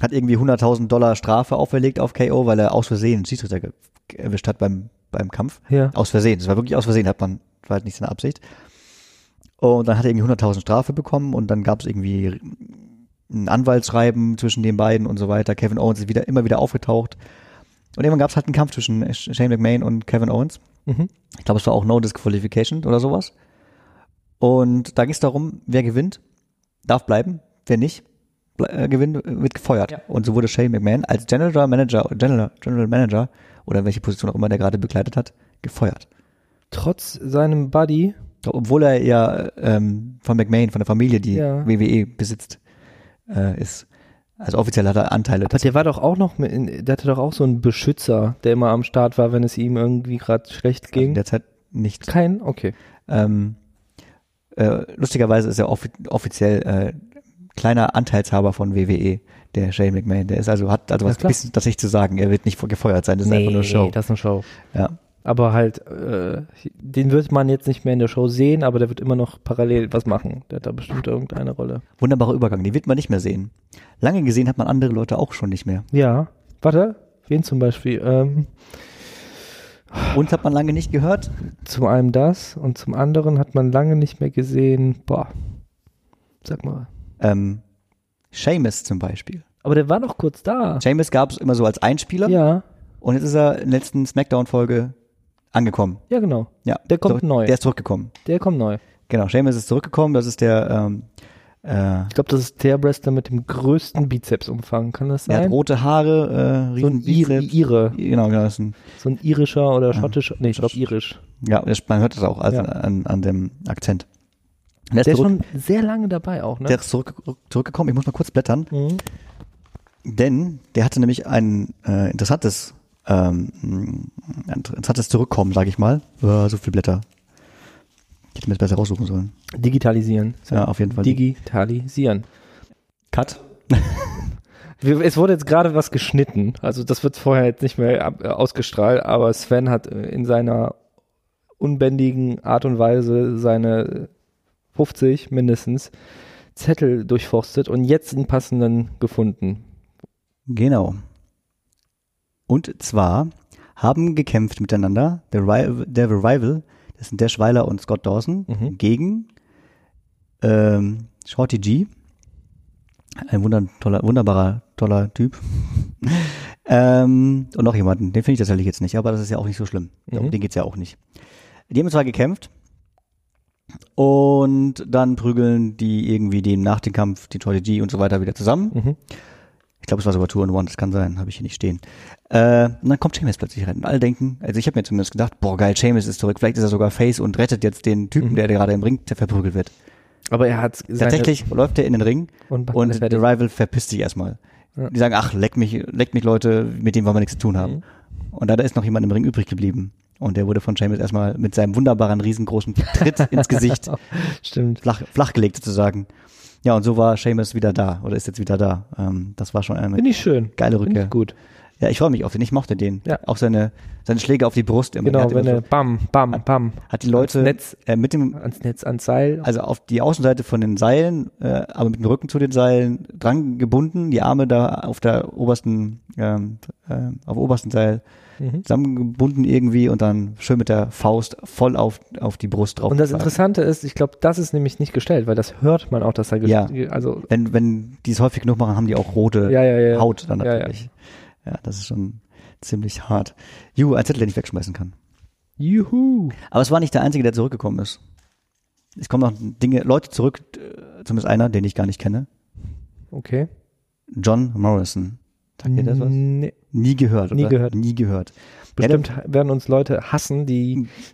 Hat irgendwie 100.000 Dollar Strafe auferlegt auf KO, weil er aus Versehen einen Schiedsrichter ge- ge- erwischt hat beim, beim Kampf. Ja. Aus Versehen. Das war wirklich aus Versehen, hat man, war halt nicht seine Absicht. Und dann hat er irgendwie 100.000 Strafe bekommen und dann gab es irgendwie ein Anwaltsschreiben zwischen den beiden und so weiter. Kevin Owens ist wieder, immer wieder aufgetaucht. Und irgendwann gab es halt einen Kampf zwischen Shane McMahon und Kevin Owens. Mhm. Ich glaube, es war auch No Disqualification oder sowas. Und da ging es darum, wer gewinnt, darf bleiben, wer nicht ble äh, gewinnt, äh, wird gefeuert. Ja. Und so wurde Shane McMahon als General Manager, General, General Manager oder welche Position auch immer der gerade begleitet hat, gefeuert. Trotz seinem Buddy Obwohl er ja ähm, von McMahon, von der Familie, die Ja. WWE besitzt, äh, ist. Also offiziell hat er Anteile. Aber der war doch auch noch, mit in, der hatte doch auch so einen Beschützer, der immer am Start war, wenn es ihm irgendwie gerade schlecht Also ging. derzeit nicht. Kein? Okay. Ähm, äh, lustigerweise ist er offi offiziell äh, kleiner Anteilshaber von WWE, der Shane McMahon. Der ist also, hat also Ja, was klar. bisschen tatsächlich zu sagen. Er wird nicht gefeuert sein, das ist einfach nur Show. das ist eine Show. ja. Aber halt, äh, den wird man jetzt nicht mehr in der Show sehen, aber der wird immer noch parallel was machen. Der hat da bestimmt irgendeine Rolle. Wunderbarer Übergang, den wird man nicht mehr sehen. Lange gesehen hat man andere Leute auch schon nicht mehr. Ja. Warte, wen zum Beispiel? Ähm, Uns hat man lange nicht gehört. zum einen das und zum anderen hat man lange nicht mehr gesehen, boah, sag mal. Ähm, Seamus zum Beispiel. Aber der war noch kurz da. Seamus gab es immer so als Einspieler Ja, und jetzt ist er in der letzten Smackdown-Folge angekommen. ja genau. Ja, Der kommt neu. Der ist zurückgekommen. Der kommt neu. Genau, Seamus ist zurückgekommen. Das ist der ähm, äh, Ich glaube, das ist der Wrestler mit dem größten Bizepsumfang. Kann das Er sein? hat rote Haare, äh, so riesen ein Ire, Bizeps. Ire. Genau, genau. Ist ein, So ein irischer oder schottischer. Nee, ich glaube irisch. ja, das- man hört das auch also Ja. an, an dem Akzent. Der ist, Der ist zurück, schon sehr lange dabei auch, ne? der ist zurück, zurückgekommen. Ich muss mal kurz blättern, Mhm. denn der hatte nämlich ein äh, interessantes, ähm, ein interessantes Zurückkommen, sage ich mal. Äh, so viel Blätter. Ich hätte mir das besser raussuchen sollen. Digitalisieren. Ja, auf jeden Fall. Digitalisieren. Cut. Wir, es wurde jetzt gerade was geschnitten. Also das wird vorher jetzt nicht mehr ab- äh, ausgestrahlt, aber Sven hat äh, in seiner unbändigen Art und Weise seine 50 mindestens Zettel durchforstet und jetzt einen passenden gefunden. Genau. Und zwar haben gekämpft miteinander der, Ri der Revival, das sind Dash Weiler und Scott Dawson, Mhm. gegen ähm, Shorty G, ein wunder toller, wunderbarer, toller Typ. ähm, und noch jemanden, den finde ich tatsächlich jetzt nicht, aber das ist ja auch nicht so schlimm. Mhm. Um den geht's ja auch nicht. Die haben zwar gekämpft und dann prügeln die irgendwie den nach dem Kampf, die Shorty G und so weiter wieder zusammen. Mhm. Ich glaube, es war sogar Two and One, das kann sein, habe ich hier nicht stehen. Äh, und dann kommt Seamus plötzlich rein. Und alle denken, also ich habe mir zumindest gedacht, boah geil, Seamus ist zurück, vielleicht ist er sogar Face und rettet jetzt den Typen, der gerade im Ring verprügelt wird. Aber er hat Tatsächlich läuft er in den Ring Und macht alles und fertig. der Rival verpisst sich erstmal. Ja. Die sagen, ach, leck mich, leck mich Leute, mit denen wollen wir nichts zu tun haben. Und da ist noch jemand im Ring übrig geblieben. Und der wurde von Sheamus erstmal mit seinem wunderbaren, riesengroßen Tritt ins Gesicht Stimmt. flach, flachgelegt sozusagen. Ja, und so war Sheamus wieder da oder ist jetzt wieder da. Ähm, das war schon eine Finde ich schön. geile Finde Rückkehr. ich gut. Ja, ich freue mich auf den. Ich mochte den. Ja. Auch seine, seine Schläge auf die Brust. Immer. Genau, hat, wenn er immer so, bam, bam, bam. hat die Leute Netz- äh, mit dem, Ans Netz, ans Seil. also auf die Außenseite von den Seilen, äh, aber mit dem Rücken zu den Seilen dran gebunden, die Arme da auf der obersten, ähm, äh, auf dem obersten Seil Mhm. zusammengebunden irgendwie und dann schön mit der Faust voll auf, auf die Brust drauf. Und das geschlagen. Interessante ist, ich glaube, das ist nämlich nicht gestellt, weil das hört man auch, dass er Ja. gestellt Also wenn, wenn die es häufig genug machen, haben die auch rote Ja, ja, ja. Haut dann Ja, ja. natürlich. Ja, das ist schon ziemlich hart. Juhu, ein Zettel, den ich wegschmeißen kann. Juhu! Aber es war nicht der Einzige, der zurückgekommen ist. Es kommen noch Dinge, Leute zurück, äh, zumindest einer, den ich gar nicht kenne. Okay. John Morrison. Sagt ihr das was? Nee. Nie gehört, oder? Nie gehört. Nie gehört. Ja, der- Bestimmt werden uns Leute hassen, die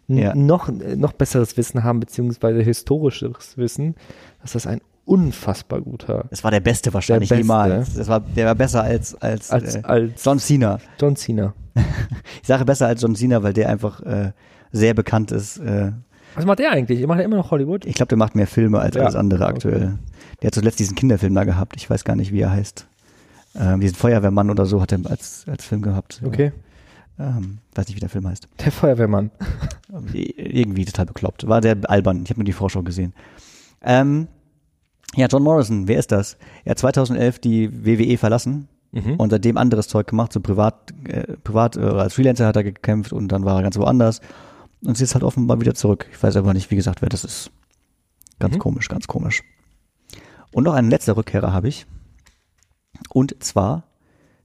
n- Ja. noch, äh, noch besseres Wissen haben, beziehungsweise historisches Wissen, dass das ein unfassbar guter Das war der Beste wahrscheinlich Beste. jemals. Das war, der war besser als, als, als, äh, als John Cena. John Cena. Ich sage besser als John Cena, weil der einfach äh, sehr bekannt ist. Äh, Was macht er eigentlich? Macht er immer noch Hollywood? ich glaube, der macht mehr Filme als Ja, alles andere okay. aktuell. Der hat zuletzt diesen Kinderfilm da gehabt. Ich weiß gar nicht, wie er heißt. Ähm, diesen Feuerwehrmann oder so hat er als, als Film gehabt. Okay. Ähm, weiß nicht, wie der Film heißt. Der Feuerwehrmann. I- irgendwie total bekloppt. War sehr albern. Ich habe nur die Vorschau gesehen. Ähm, ja, John Morrison, wer ist das? Er hat 2011 die WWE verlassen und seitdem anderes Zeug gemacht. So privat, äh, privat äh, als Freelancer hat er gekämpft und dann war er ganz woanders. Und ist jetzt halt offenbar wieder zurück. Ich weiß aber nicht, wie gesagt, wer das ist. Ganz komisch, ganz komisch. Und noch einen letzter Rückkehrer habe ich. Und zwar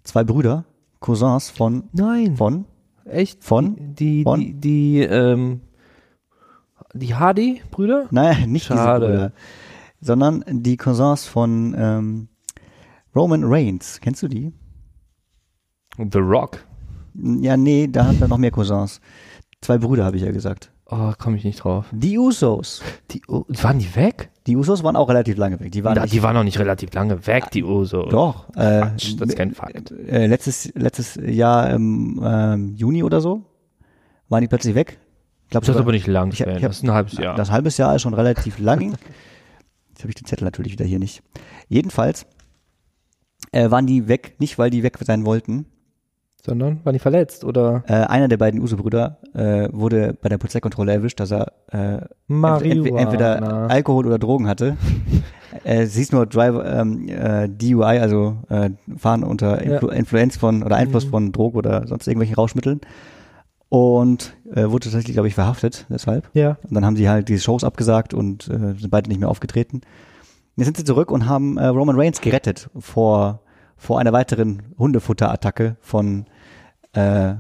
zwei Brüder, Cousins von, Nein. von Echt? Von? Die, Von? die, die, ähm, die Hardy-Brüder? Nein, nicht Schade. diese Brüder, sondern die Cousins von ähm, Roman Reigns. Kennst du die? The Rock. Ja, nee, da hat er noch mehr Cousins. Zwei Brüder, habe ich ja gesagt. Oh, komme ich nicht drauf. Die Usos. Die, oh, waren die weg? Die Usos waren auch relativ lange weg. Die waren Na, nicht, die waren noch nicht relativ lange weg, die Uso. doch. Äh, Quatsch, das ist kein Fakt. äh, letztes, letztes Jahr im ähm, Juni oder so waren die plötzlich weg. Ich glaub, Das ist sogar- aber nicht lang, Ich hab- Sven. ich hab- Das ist ein halbes Jahr. Das halbes Jahr ist schon relativ lang. Jetzt habe ich den Zettel natürlich wieder hier nicht. Jedenfalls äh, waren die weg, nicht weil die weg sein wollten. Sondern waren die verletzt oder Äh, einer der beiden Uso-Brüder äh, wurde bei der Polizeikontrolle erwischt, dass er äh, entweder, Marihuana. entweder Alkohol oder Drogen hatte. äh, siehst nur Drive, ähm, äh, DUI, also äh, Fahren unter Influ Influenz von oder Einfluss von Drogen oder sonst irgendwelchen Rauschmitteln. Und äh, wurde tatsächlich, glaube ich, verhaftet deshalb. ja. Und dann haben sie halt diese Shows abgesagt und äh, sind beide nicht mehr aufgetreten. Jetzt sind sie zurück und haben äh, Roman Reigns gerettet vor, vor einer weiteren Hundefutterattacke von äh,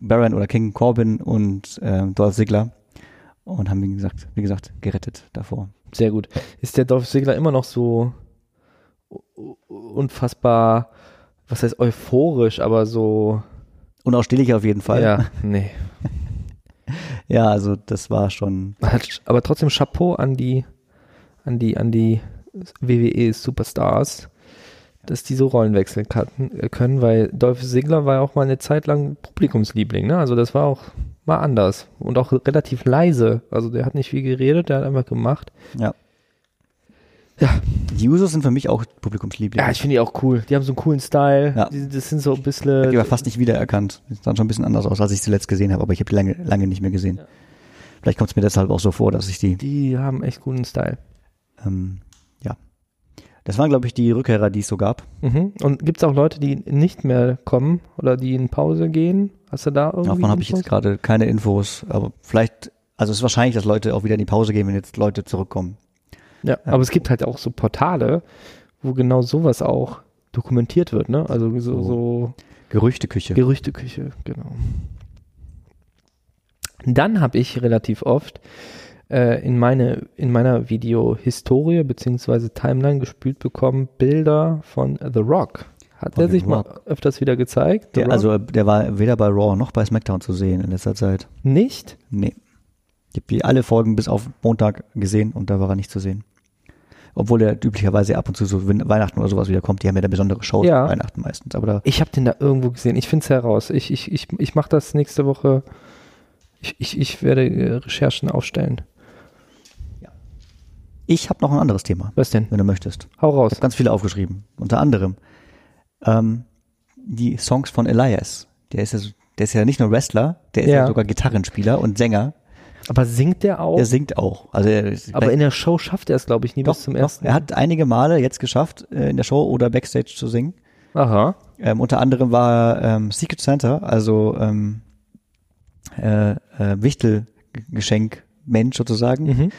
Baron oder King Corbin und äh, Dolph Ziggler. Und haben, wie gesagt, wie gesagt, gerettet davor. Sehr gut. Ist der Dolph Ziggler immer noch so u- u- unfassbar, was heißt euphorisch, aber so. Unausstehlich auf jeden Fall. Ja, nee. ja, also das war schon Aber trotzdem Chapeau an die, an die, an die WWE Superstars, dass die so Rollen wechseln kannten- äh, können, weil Dolph Ziggler war ja auch mal eine Zeit lang Publikumsliebling, ne? Also das war auch mal anders und auch relativ leise. Also der hat nicht viel geredet, der hat einfach gemacht. Ja. Ja. Die Usos sind für mich auch Publikumslieblinge. Ja, ich finde die auch cool. Die haben so einen coolen Style. Ja. Die, das sind so ein Ich hab die bisschen. aber fast nicht wiedererkannt. Die sahen schon ein bisschen anders aus, als ich zuletzt gesehen habe, aber ich habe die lange, lange nicht mehr gesehen. Vielleicht kommt es mir deshalb auch so vor, dass ich die, Die haben echt guten Style. ähm, ja. Das waren, glaube ich, die Rückkehrer, die es so gab. Mhm. Und gibt es auch Leute, die nicht mehr kommen oder die in Pause gehen? Hast du da irgendwie? Davon habe ich Infos? jetzt gerade keine Infos, aber vielleicht, also es ist wahrscheinlich, dass Leute auch wieder in die Pause gehen, wenn jetzt Leute zurückkommen. Ja, aber es gibt halt auch so Portale, wo genau sowas auch dokumentiert wird, ne? Also so, so Gerüchteküche. Gerüchteküche, genau. Dann habe ich relativ oft äh, in, meine, in meiner Video-Historie bzw. Timeline gespült bekommen Bilder von The Rock. Hat Von der The sich mal Rock. öfters wieder gezeigt? The der, Rock? also äh, der war weder bei Raw noch bei SmackDown zu sehen in letzter Zeit. nicht? Nee. Ich habe die alle Folgen bis auf Montag gesehen und da war er nicht zu sehen. obwohl er üblicherweise ab und zu so Win- Weihnachten oder sowas wiederkommt. Die haben ja dann besondere Shows Ja. zu Weihnachten meistens. Aber da, Ich habe den da irgendwo gesehen. Ich finde es heraus. Ich, ich, ich, ich mache das nächste Woche. Ich, ich, ich werde äh, Recherchen aufstellen. ich habe noch ein anderes Thema, Was denn? wenn du möchtest. Hau Ich raus. habe ganz viele aufgeschrieben. Unter anderem ähm, die Songs von Elias. Der ist ja, so- der ist ja nicht nur Wrestler, der ist ja, Ja. sogar Gitarrenspieler und Sänger. Aber singt der auch? Er singt auch. Also er ist Aber in der Show schafft er es, glaube ich, nie bis zum ersten. Er hat einige Male jetzt geschafft, äh, in der Show oder Backstage zu singen. Aha. Ähm, unter anderem war er, ähm, Secret Santa, also ähm, äh, äh, Wichtelgeschenk-Mensch sozusagen, Mhm.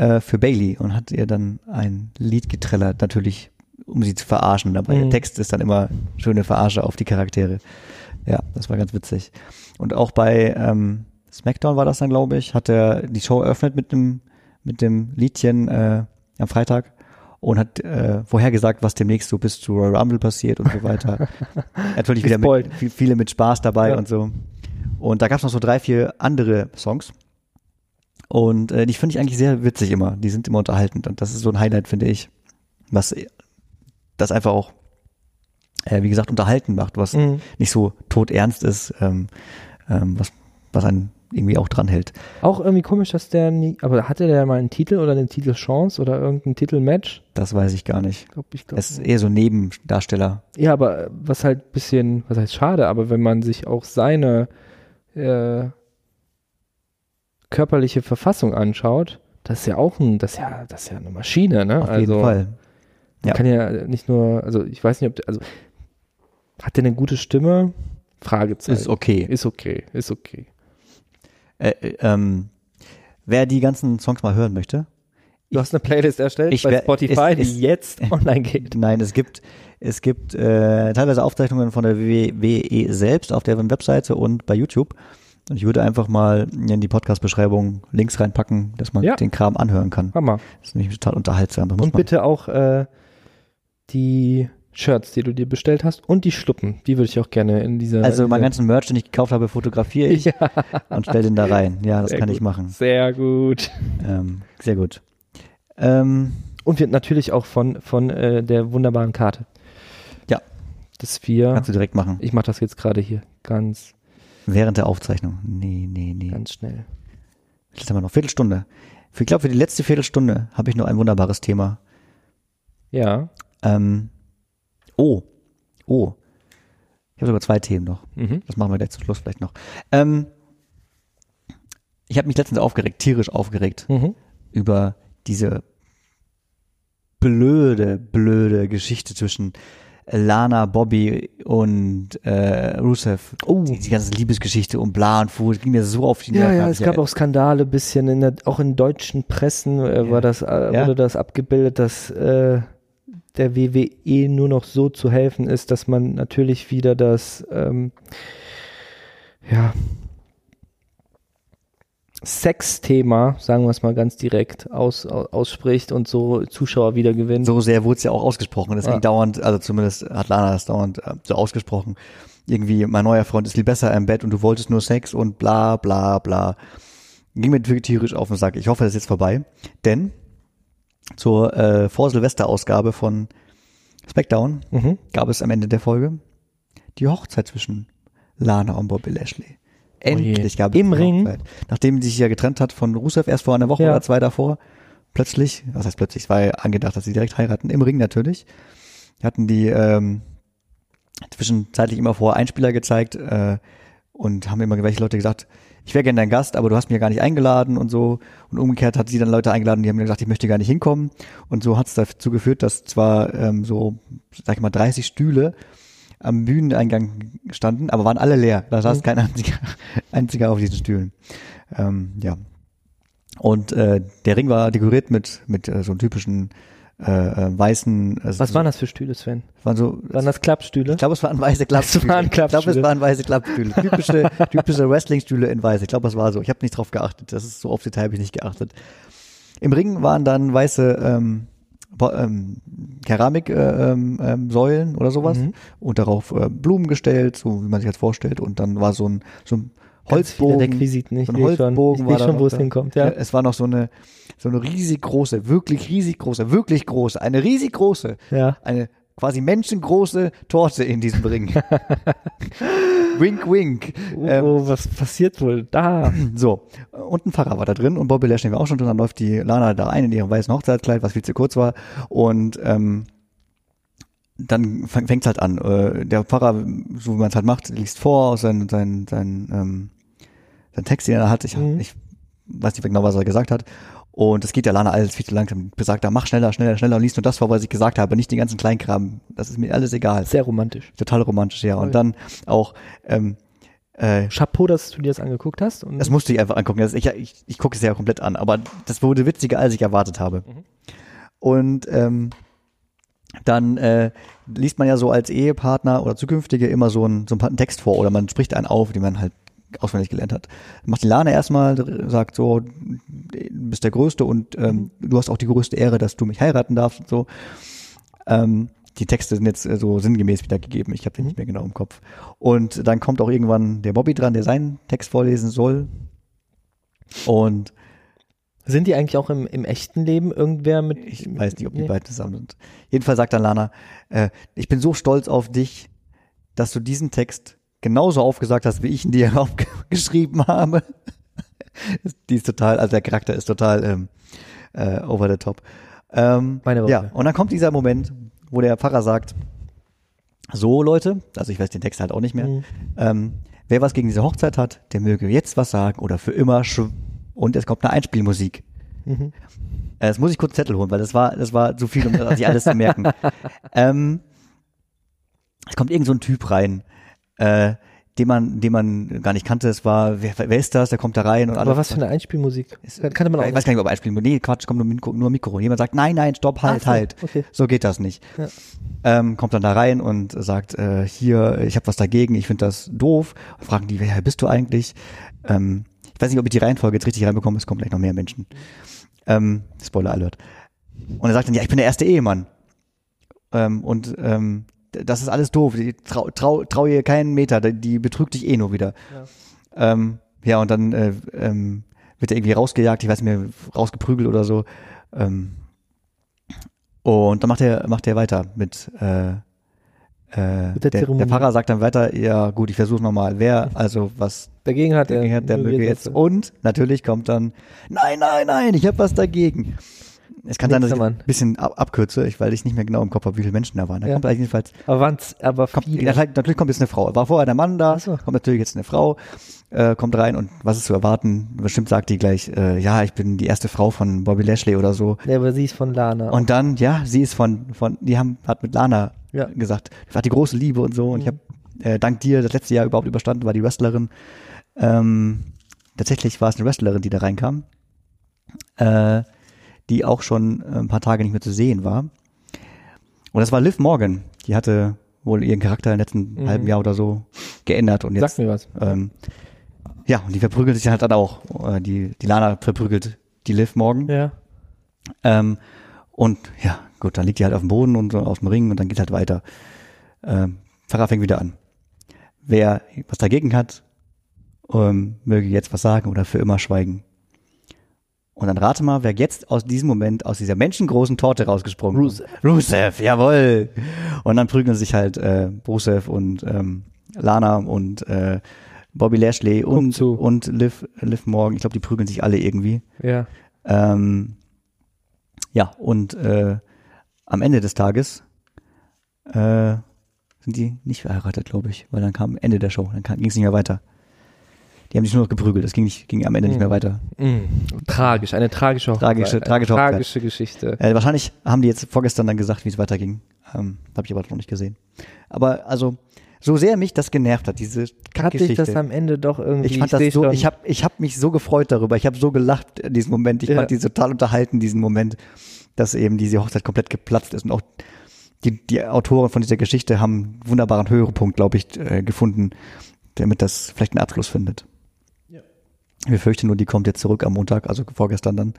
äh, für Bailey und hat ihr dann ein Lied getrellert, natürlich, um sie zu verarschen. Aber der Mhm. Text ist dann immer schöne Verarsche auf die Charaktere. Ja, das war ganz witzig. Und auch bei ähm, SmackDown war das dann, glaube ich, hat er die Show eröffnet mit dem, mit dem Liedchen äh, am Freitag und hat äh, vorhergesagt, was demnächst so bis zu Royal Rumble passiert und so weiter. Natürlich wieder mit, Gespoilt. viel- viele mit Spaß dabei Ja. und so. Und da gab es noch so drei, vier andere Songs. Und äh, die finde ich eigentlich sehr witzig immer. Die sind immer unterhaltend. Und das ist so ein Highlight, finde ich. Was äh, das einfach auch, äh, wie gesagt, unterhalten macht, was Mhm. nicht so tot ernst ist, ähm, ähm, was, was einen irgendwie auch dran hält. Auch irgendwie komisch, dass der nie. Aber hatte der mal einen Titel oder eine Titelchance oder irgendein Titelmatch? Das weiß ich gar nicht. Ich glaube, ich glaube. Es ist eher so ein Nebendarsteller. Ja, aber was halt ein bisschen, was heißt schade, aber wenn man sich auch seine äh, körperliche Verfassung anschaut, das ist ja auch ein, das ist ja, das ist ja eine Maschine, ne? Auf also, jeden Fall. Man ja. kann ja nicht nur, also ich weiß nicht, ob, der- also hat der eine gute Stimme? Fragezeichen. Ist okay. Ist okay, ist okay. Äh, äh, ähm, wer die ganzen Songs mal hören möchte, Du hast eine Playlist erstellt ich bei wer- Spotify, ist- ist- die jetzt online geht. Nein, es gibt, es gibt äh, teilweise Aufzeichnungen von der WWE selbst auf deren Webseite und bei YouTube. Und ich würde einfach mal in die Podcast-Beschreibung Links reinpacken, dass man Ja. den Kram anhören kann. Hammer. Das ist nämlich total unterhaltsam. Da muss Und man, bitte auch äh, die Shirts, die du dir bestellt hast und die Schluppen, die würde ich auch gerne in dieser also in meinen dieser- ganzen Merch, den ich gekauft habe, fotografiere ich äh, Ja, und stelle den da rein. Ja, das Sehr kann ich gut. machen. sehr gut. Ähm, sehr gut. Ähm, Und wir natürlich auch von, von äh, der wunderbaren Karte. Ja. Dass wir, kannst du direkt machen. ich mache das jetzt gerade hier ganz, Während der Aufzeichnung. Nee, nee, nee. ganz schnell. Jetzt haben wir noch Viertelstunde. Für- Ich glaube, für die letzte Viertelstunde habe ich noch ein wunderbares Thema. Ja. Ähm, oh, oh. Ich habe sogar zwei Themen noch. Mhm. Das machen wir gleich zum Schluss vielleicht noch. Ähm, ich habe mich letztens aufgeregt, tierisch aufgeregt Mhm. über diese blöde, blöde Geschichte zwischen Lana, Bobby und äh, Rusev. Oh. Die, die ganze Liebesgeschichte und bla und fu, das ging mir so auf die Ja, Nerven. ja, Hab es ich gab auch Skandale bisschen, in der, auch in deutschen Pressen äh, war das, äh, Ja. wurde das abgebildet, dass äh, der WWE nur noch so zu helfen ist, dass man natürlich wieder das, ähm, ja, Sex-Thema, sagen wir es mal ganz direkt, aus, au- ausspricht und so Zuschauer wieder gewinnt. so sehr wurde es ja auch ausgesprochen. Das Ja. ging dauernd, also zumindest hat Lana das dauernd äh, so ausgesprochen. Irgendwie, mein neuer Freund ist viel besser im Bett und du wolltest nur Sex und bla bla bla. Ging mir natürlich tierisch auf den Sack. Ich hoffe, das ist jetzt vorbei. Denn zur äh, Vor-Silvester-Ausgabe von SmackDown Mhm. gab es am Ende der Folge die Hochzeit zwischen Lana und Bobby Lashley. Endlich gab es Oh Im die Ring? Hochzeit. Nachdem sie sich ja getrennt hat von Rusev erst vor einer Woche Ja. oder zwei davor, plötzlich, was heißt plötzlich, es war ja angedacht, dass sie direkt heiraten, im Ring natürlich, hatten die ähm, zwischenzeitlich immer vor Einspieler gezeigt äh, und haben immer welche Leute gesagt, ich wäre gerne dein Gast, aber du hast mich ja gar nicht eingeladen und so. Und umgekehrt hat sie dann Leute eingeladen, die haben dann gesagt, ich möchte gar nicht hinkommen. Und so hat es dazu geführt, dass zwar ähm, so, sag ich mal, 30 Stühle am Bühneneingang standen, aber waren alle leer. Da saß kein einziger, einziger auf diesen Stühlen. Ähm, ja. Und äh, der Ring war dekoriert mit, mit äh, so einem typischen äh, äh, weißen. äh, Was so, waren das für Stühle, Sven? waren so, Waren das Klappstühle? ich glaube, es waren weiße Klappstühle. Es waren Ich glaube, Klappstühle. es waren weiße Klappstühle. Typische, typische Wrestling-Stühle in weiß. Ich glaube, das war so. Ich habe nicht drauf geachtet. Das ist so auf Detail habe ich nicht geachtet. Im Ring waren dann weiße ähm, Bo- ähm, Keramiksäulen ähm, ähm, Mhm. Säulen oder sowas und darauf äh, Blumen gestellt, so wie man sich das vorstellt. Und dann war so ein, so ein Holzbogen. Holzbogen. Requisiten. Ich so ein sehe schon, ich Holzbogen war sehe schon wo es darunter. hinkommt. Ja. Es war noch so eine, so eine riesig große, wirklich riesig große, wirklich große, eine riesig große, ja. eine quasi menschengroße Torte in diesem Ring. wink, wink. Oh, Ähm, oh, was passiert wohl da? So, und ein Pfarrer war da drin und Bobby Lashley war auch schon drin. Dann läuft die Lana da rein in ihrem weißen Hochzeitskleid, was viel zu kurz war. Und ähm, dann fängt es halt an. Äh, der Pfarrer, so wie man es halt macht, liest vor aus seinen, seinen, seinen, ähm, seinen Text, den er hat. Ich, Mhm. ich weiß nicht mehr genau, was er gesagt hat. Und es geht der Lana alles viel zu langsam. Besagt er, mach schneller, schneller, schneller und liest nur das vor, was ich gesagt habe, nicht den ganzen Kleinkram. Das ist mir alles egal. Sehr romantisch. Total romantisch, ja. Und dann auch ähm, äh, Chapeau, dass du dir das angeguckt hast. Und das musste ich einfach angucken. Das, ich ich, ich gucke es ja komplett an, aber das wurde witziger, als ich erwartet habe. Und ähm, dann äh, liest man ja so als Ehepartner oder Zukünftige immer so einen, so einen Text vor oder man spricht einen auf, den man halt auswendig gelernt hat. Macht die Lane erstmal, sagt so, du bist der Größte und ähm, du hast auch die größte Ehre, dass du mich heiraten darfst und so. Ähm, die Texte sind jetzt äh, so sinngemäß wiedergegeben. Ich habe den nicht mehr genau im Kopf. Und dann kommt auch irgendwann der Bobby dran, der seinen Text vorlesen soll. Und sind die eigentlich auch im, im echten Leben irgendwer mit. ich weiß nicht, ob die Nee. beiden zusammen sind. Jedenfalls sagt dann Lana, äh, ich bin so stolz auf dich, dass du diesen Text genauso aufgesagt hast, wie ich ihn dir aufgeschrieben habe. die ist total, also der Charakter ist total ähm, äh, over the top. Ähm, Meine Worte. ja, und dann kommt dieser Moment, wo der Pfarrer sagt, so Leute, also ich weiß den Text halt auch nicht mehr, Mhm. ähm, wer was gegen diese Hochzeit hat, der möge jetzt was sagen oder für immer schw und es kommt eine Einspielmusik. Mhm. Äh, Das muss ich kurz einen Zettel holen, weil das war, das war zu viel, um das sich alles zu merken. ähm, es kommt irgend so ein Typ rein, äh, den man, den man gar nicht kannte. Es war, wer, wer ist das? Der kommt da rein und Aber alles. was für eine Einspielmusik? Kannte man auch. ich weiß gar nicht, ob einspielen. Nee, Quatsch, kommt nur Mikro. Nur Mikro. Jemand sagt, nein, nein, stopp, halt, Ach so, halt. okay. So geht das nicht. Ja. Ähm, kommt dann da rein und sagt, äh, hier, ich habe was dagegen, ich finde das doof. Und fragen die, wer bist du eigentlich? Ähm, ich weiß nicht, ob ich die Reihenfolge jetzt richtig reinbekomme, es kommen gleich noch mehr Menschen. Ähm, Spoiler Alert. Und er sagt dann, ja, ich bin der erste Ehemann. Ähm, und ähm, d- das ist alles doof. Die Trau, trau, trau ihr keinen Meter, die- die betrügt dich eh nur wieder. Ja, ähm, ja und dann äh, ähm, wird er irgendwie rausgejagt, ich weiß nicht mehr, rausgeprügelt oder so. Ähm, und dann macht er macht er weiter mit, äh, äh, Mit der der, der, Zeremonie. Pfarrer sagt dann weiter, ja gut, ich versuche nochmal, wer, also was Dagegen hat der, er. der möge jetzt. Oh, Und natürlich kommt dann, nein, nein, nein, ich habe was dagegen. Es kann sein, dass ich Nächster ein Mann. bisschen ab abkürze, ich, weil ich nicht mehr genau im Kopf habe, wie viele Menschen da waren. Da Ja. kommt jedenfalls, Aber waren's, aber kommt, viele. natürlich kommt jetzt eine Frau. War vorher der Mann da, Ach so. kommt natürlich jetzt eine Frau, äh, kommt rein und was ist zu erwarten? Bestimmt sagt die gleich, äh, ja, ich bin die erste Frau von Bobby Lashley oder so. Nee, aber sie ist von Lana. Und dann, ja, sie ist von, von die haben, hat mit Lana Ja. Mhm. gesagt, hat die große Liebe und so. Und ich habe äh, dank dir das letzte Jahr überhaupt überstanden, war die Wrestlerin. Ähm, tatsächlich war es eine Wrestlerin, die da reinkam, äh, die auch schon äh, ein paar Tage nicht mehr zu sehen war. Und das war Liv Morgan. Die hatte wohl ihren Charakter im letzten halben Jahr oder so geändert. Und jetzt Mhm. Sag mir was. ähm, ja, und die verprügelt sich halt dann auch. Äh, Die, die Lana verprügelt die Liv Morgan. Ja. Ähm, und ja, gut, dann liegt die halt auf dem Boden und so auf dem Ring und dann geht halt weiter. Ähm, Pfarrer fängt wieder an. Wer was dagegen hat, ähm, möge jetzt was sagen oder für immer schweigen. Und dann rate mal, wer jetzt aus diesem Moment, aus dieser menschengroßen Torte rausgesprungen Rusev. ist. Rusev, jawohl. Und dann prügeln sich halt äh, Rusev und ähm, Lana und äh, Bobby Lashley und, zu. und Liv, Liv Morgan. Ich glaube, die prügeln sich alle irgendwie. Ja. Ähm, ja, und äh, am Ende des Tages äh, sind die nicht verheiratet, glaube ich, weil dann kam Ende der Show, dann ging es nicht mehr weiter. Die haben sich nur noch geprügelt, das ging, nicht, ging am Ende nicht mehr weiter. Tragisch, eine tragische Hochzeit. Mm. Tragische- eine tragische Hochzeit. tragische Geschichte. Äh, wahrscheinlich haben die jetzt vorgestern dann gesagt, wie es weiterging. Ähm, Habe ich aber noch nicht gesehen. Aber also, so sehr mich das genervt hat, diese Hat sich das Kackgeschichte. am Ende doch irgendwie. Ich fand seh das so, schon- ich habe ich hab mich so gefreut darüber. Ich habe so gelacht in diesem Moment. Ich Ja. fand die total unterhalten, diesen Moment, dass eben diese Hochzeit komplett geplatzt ist. Und auch die, die Autoren von dieser Geschichte haben einen wunderbaren Höhepunkt, glaube ich, äh, gefunden, damit das vielleicht einen Abschluss findet. Wir fürchten nur, die kommt jetzt zurück am Montag, also vorgestern dann.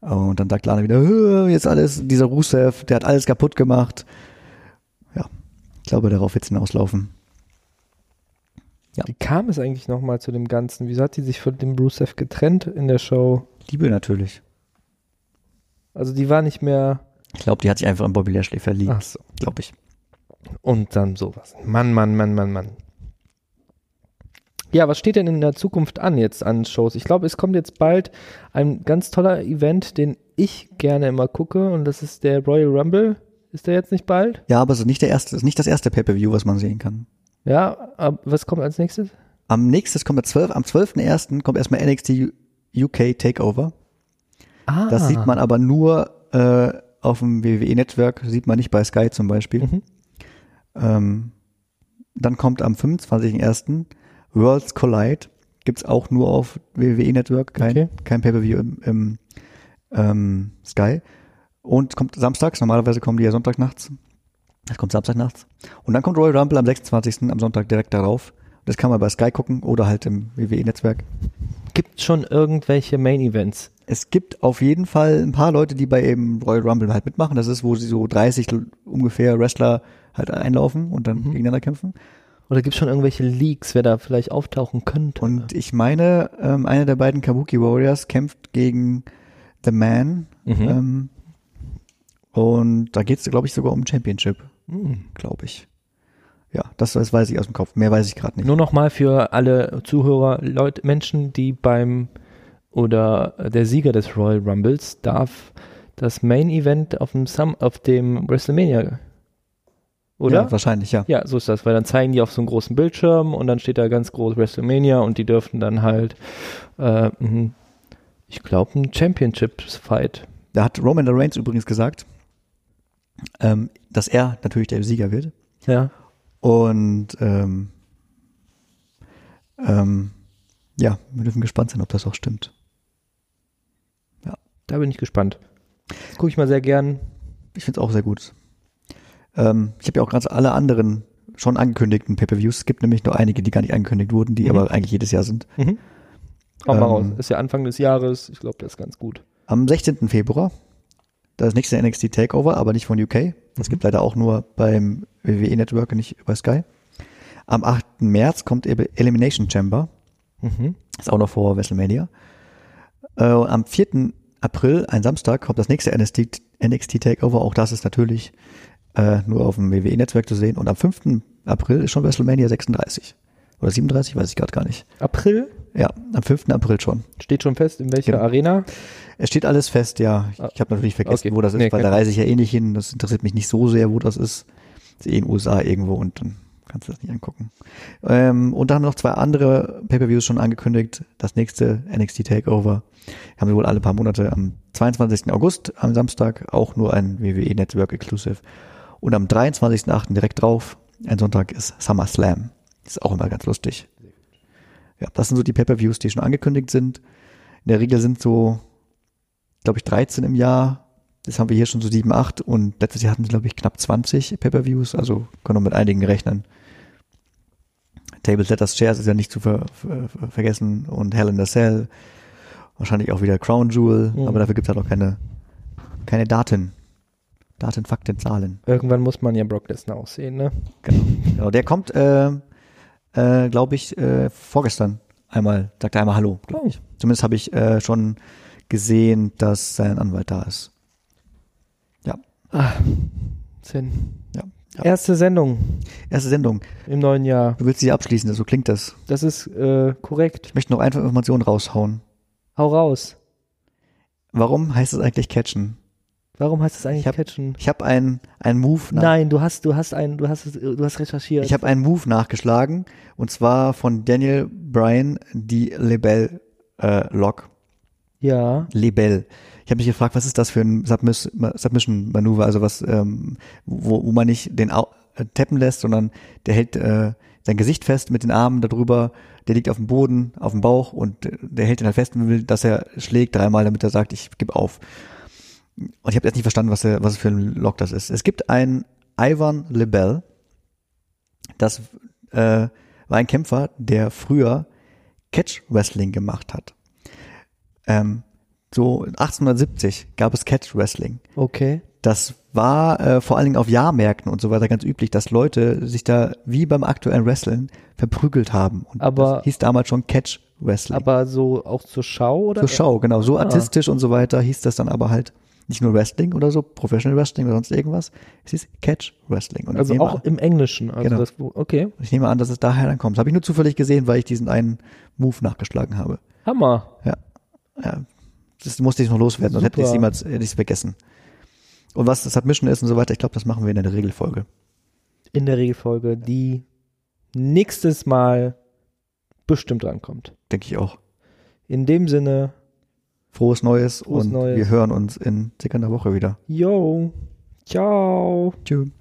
Und dann sagt Lana wieder, "Hö, jetzt alles, dieser Rusev, der hat alles kaputt gemacht. Ja, ich glaube, darauf wird es hinauslaufen. Ja. Wie kam es eigentlich nochmal zu dem Ganzen? Wieso hat die sich von dem Bruce F. getrennt in der Show? Liebe natürlich. Also die war nicht mehr. Ich glaube, die hat sich einfach an Bobby Lashley verliebt, Ach so. glaube ich. Und dann sowas. Mann, Mann, Mann, Mann, Mann. Ja, was steht denn in der Zukunft an jetzt an Shows? Ich glaube, es kommt jetzt bald ein ganz toller Event, den ich gerne immer gucke und das ist der Royal Rumble. Ist der jetzt nicht bald? Ja, aber so nicht der erste, ist nicht das erste Pay-Per-View, was man sehen kann. Ja, ab- was kommt als nächstes? Am nächstes kommt der 12, am 12.01. kommt erstmal NXT U- UK Takeover. Ah, Das sieht man aber nur äh, auf dem WWE-Netzwerk, sieht man nicht bei Sky zum Beispiel. Mhm. Ähm, dann kommt am 25.01. Worlds Collide. Gibt's auch nur auf WWE-Network, kein, Okay. kein Pay-Per-View im, im ähm, Sky. Und kommt samstags, normalerweise kommen die ja sonntagsnachts. Das kommt samstagnachts. Und dann kommt Royal Rumble am 26. am Sonntag direkt darauf. Das kann man bei Sky gucken oder halt im WWE-Netzwerk. Gibt schon irgendwelche Main Events? Es gibt auf jeden Fall ein paar Leute, die bei eben Royal Rumble halt mitmachen. Das ist, wo sie so 30 l- ungefähr Wrestler halt einlaufen und dann gegeneinander kämpfen. Oder gibt es schon irgendwelche Leaks, wer da vielleicht auftauchen könnte? Und ich meine, ähm, einer der beiden Kabuki Warriors kämpft gegen The Man. Mhm. Ähm, und da geht's, glaube ich, sogar um Championship, Hm. glaube ich. Ja, das, das weiß ich aus dem Kopf. Mehr weiß ich gerade nicht. Nur nochmal für alle Zuhörer, Leute, Menschen, die beim oder der Sieger des Royal Rumbles darf das Main Event auf dem Sum, auf dem WrestleMania, oder? Ja, wahrscheinlich, ja. Ja, so ist das, weil dann zeigen die auf so einem großen Bildschirm und dann steht da ganz groß WrestleMania und die dürfen dann halt, äh, mh, ich glaube, ein Championships-Fight. Da hat Roman Reigns übrigens gesagt, ähm, dass er natürlich der Sieger wird. Ja. Und ähm, ähm, ja, wir dürfen gespannt sein, ob das auch stimmt. Da bin ich gespannt. Gucke ich mal sehr gern. Ich finde es auch sehr gut. Ähm, ich habe ja auch gerade alle anderen schon angekündigten Pay-Per-Views. Es gibt nämlich nur einige, die gar nicht angekündigt wurden, die aber eigentlich jedes Jahr sind. Hau mal raus. Mhm. Ähm. Ist ja Anfang des Jahres. Ich glaube, das ist ganz gut. Am 16. Februar, das nächste NXT Takeover, aber nicht von UK. Das gibt leider auch nur beim WWE Network, und nicht bei Sky. Am 8. März kommt eben Elimination Chamber. Mhm. Ist auch noch vor WrestleMania. Äh, am 4. April, ein Samstag, kommt das nächste NXT, NXT Takeover. Auch das ist natürlich äh, nur auf dem WWE-Netzwerk zu sehen. Und am 5. April ist schon WrestleMania 36. Oder 37, weiß ich gerade gar nicht. April Ja, am 5. April schon. steht schon fest, in welcher Genau. Arena. Es steht alles fest, ja. Ich, ich habe natürlich vergessen, Ah, okay. wo das ist, Nee, weil kein- da reise ich ja eh nicht hin. Das interessiert mich nicht so sehr, wo das ist. Ist eh in den USA irgendwo und dann kannst du das nicht angucken. Ähm, und da haben noch zwei andere Pay-Per-Views schon angekündigt. Das nächste NXT Takeover haben wir wohl alle paar Monate am 22. August, am Samstag, auch nur ein WWE Network Exclusive. Und am 23.8. direkt drauf, ein Sonntag, ist SummerSlam. Ist auch immer ganz lustig. Ja, das sind so die Pay-Per-Views, die schon angekündigt sind. In der Regel sind so glaube ich, 13 im Jahr. Jetzt haben wir hier schon so 7, 8 und letztes Jahr hatten sie, glaube ich, knapp 20 Pay-Per-Views, also können wir mit einigen rechnen. Tables, Letters, Chairs ist ja nicht zu ver ver ver vergessen und Hell in a Cell. Wahrscheinlich auch wieder Crown Jewel, Mhm. aber dafür gibt es halt auch keine, keine Daten. Daten, Fakten, Zahlen. Irgendwann muss man ja Brock Lesnar aussehen, ne? Genau, der kommt, äh, äh, glaube ich, äh, vorgestern einmal, sagt er einmal Hallo. glaub ich. Zumindest habe ich äh, schon gesehen, dass sein Anwalt da ist. Ah, Sinn. Ja. Ja. Erste Sendung Erste Sendung. im neuen Jahr. Du willst sie abschließen, so klingt das. Das ist äh, korrekt. Ich möchte noch einfach Informationen raushauen. Hau raus. Warum heißt es eigentlich Catchen? Warum heißt das eigentlich Ich hab- Catchen? Ich habe einen einen Move Nein. du hast, du hast einen, du hast, es- du hast recherchiert. ich habe einen Move nachgeschlagen und zwar von Daniel Bryan die Lebel äh, Lock ja. Lebel. Ich habe mich gefragt, was ist das für ein Submiss Submission Manöver, also was ähm, wo, wo man nicht den Au äh, tappen lässt, sondern der hält äh, sein Gesicht fest mit den Armen darüber, der liegt auf dem Boden, auf dem Bauch und äh, der hält ihn halt fest und will, dass er schlägt dreimal, damit er sagt, ich gebe auf. Und ich habe jetzt nicht verstanden, was, der, was für ein Lock das ist. Es gibt einen Ivan Lebel. Das äh, war ein Kämpfer, der früher Catch Wrestling gemacht hat. Ähm, so 1870 gab es Catch Wrestling. Okay. Das war äh, vor allen Dingen auf Jahrmärkten und so weiter ganz üblich, dass Leute sich da wie beim aktuellen Wrestling verprügelt haben. Und Aber- das hieß damals schon Catch Wrestling. Aber Ah. so auch zur Schau oder? Zur Schau, genau. So artistisch und so weiter hieß das dann aber halt nicht nur Wrestling oder so, Professional Wrestling oder sonst irgendwas. Es hieß Catch Wrestling. Und Also ich, nehme auch an, im Englischen. Also Genau. das, okay. ich nehme an, dass es daher dann kommt. Das habe ich nur zufällig gesehen, weil ich diesen einen Move nachgeschlagen habe. Hammer. Ja. ja. Das musste ich noch loswerden, sonst hätte ich Super. es niemals hätte ich's vergessen. Und was das Submission ist und so weiter, ich glaube, das machen wir in der Regelfolge. In der Regelfolge, die nächstes Mal bestimmt rankommt. Denke ich auch. In dem Sinne, Frohes Neues Frohes und Neues. wir hören uns in circa einer Woche wieder. yo, ciao. Tschüss.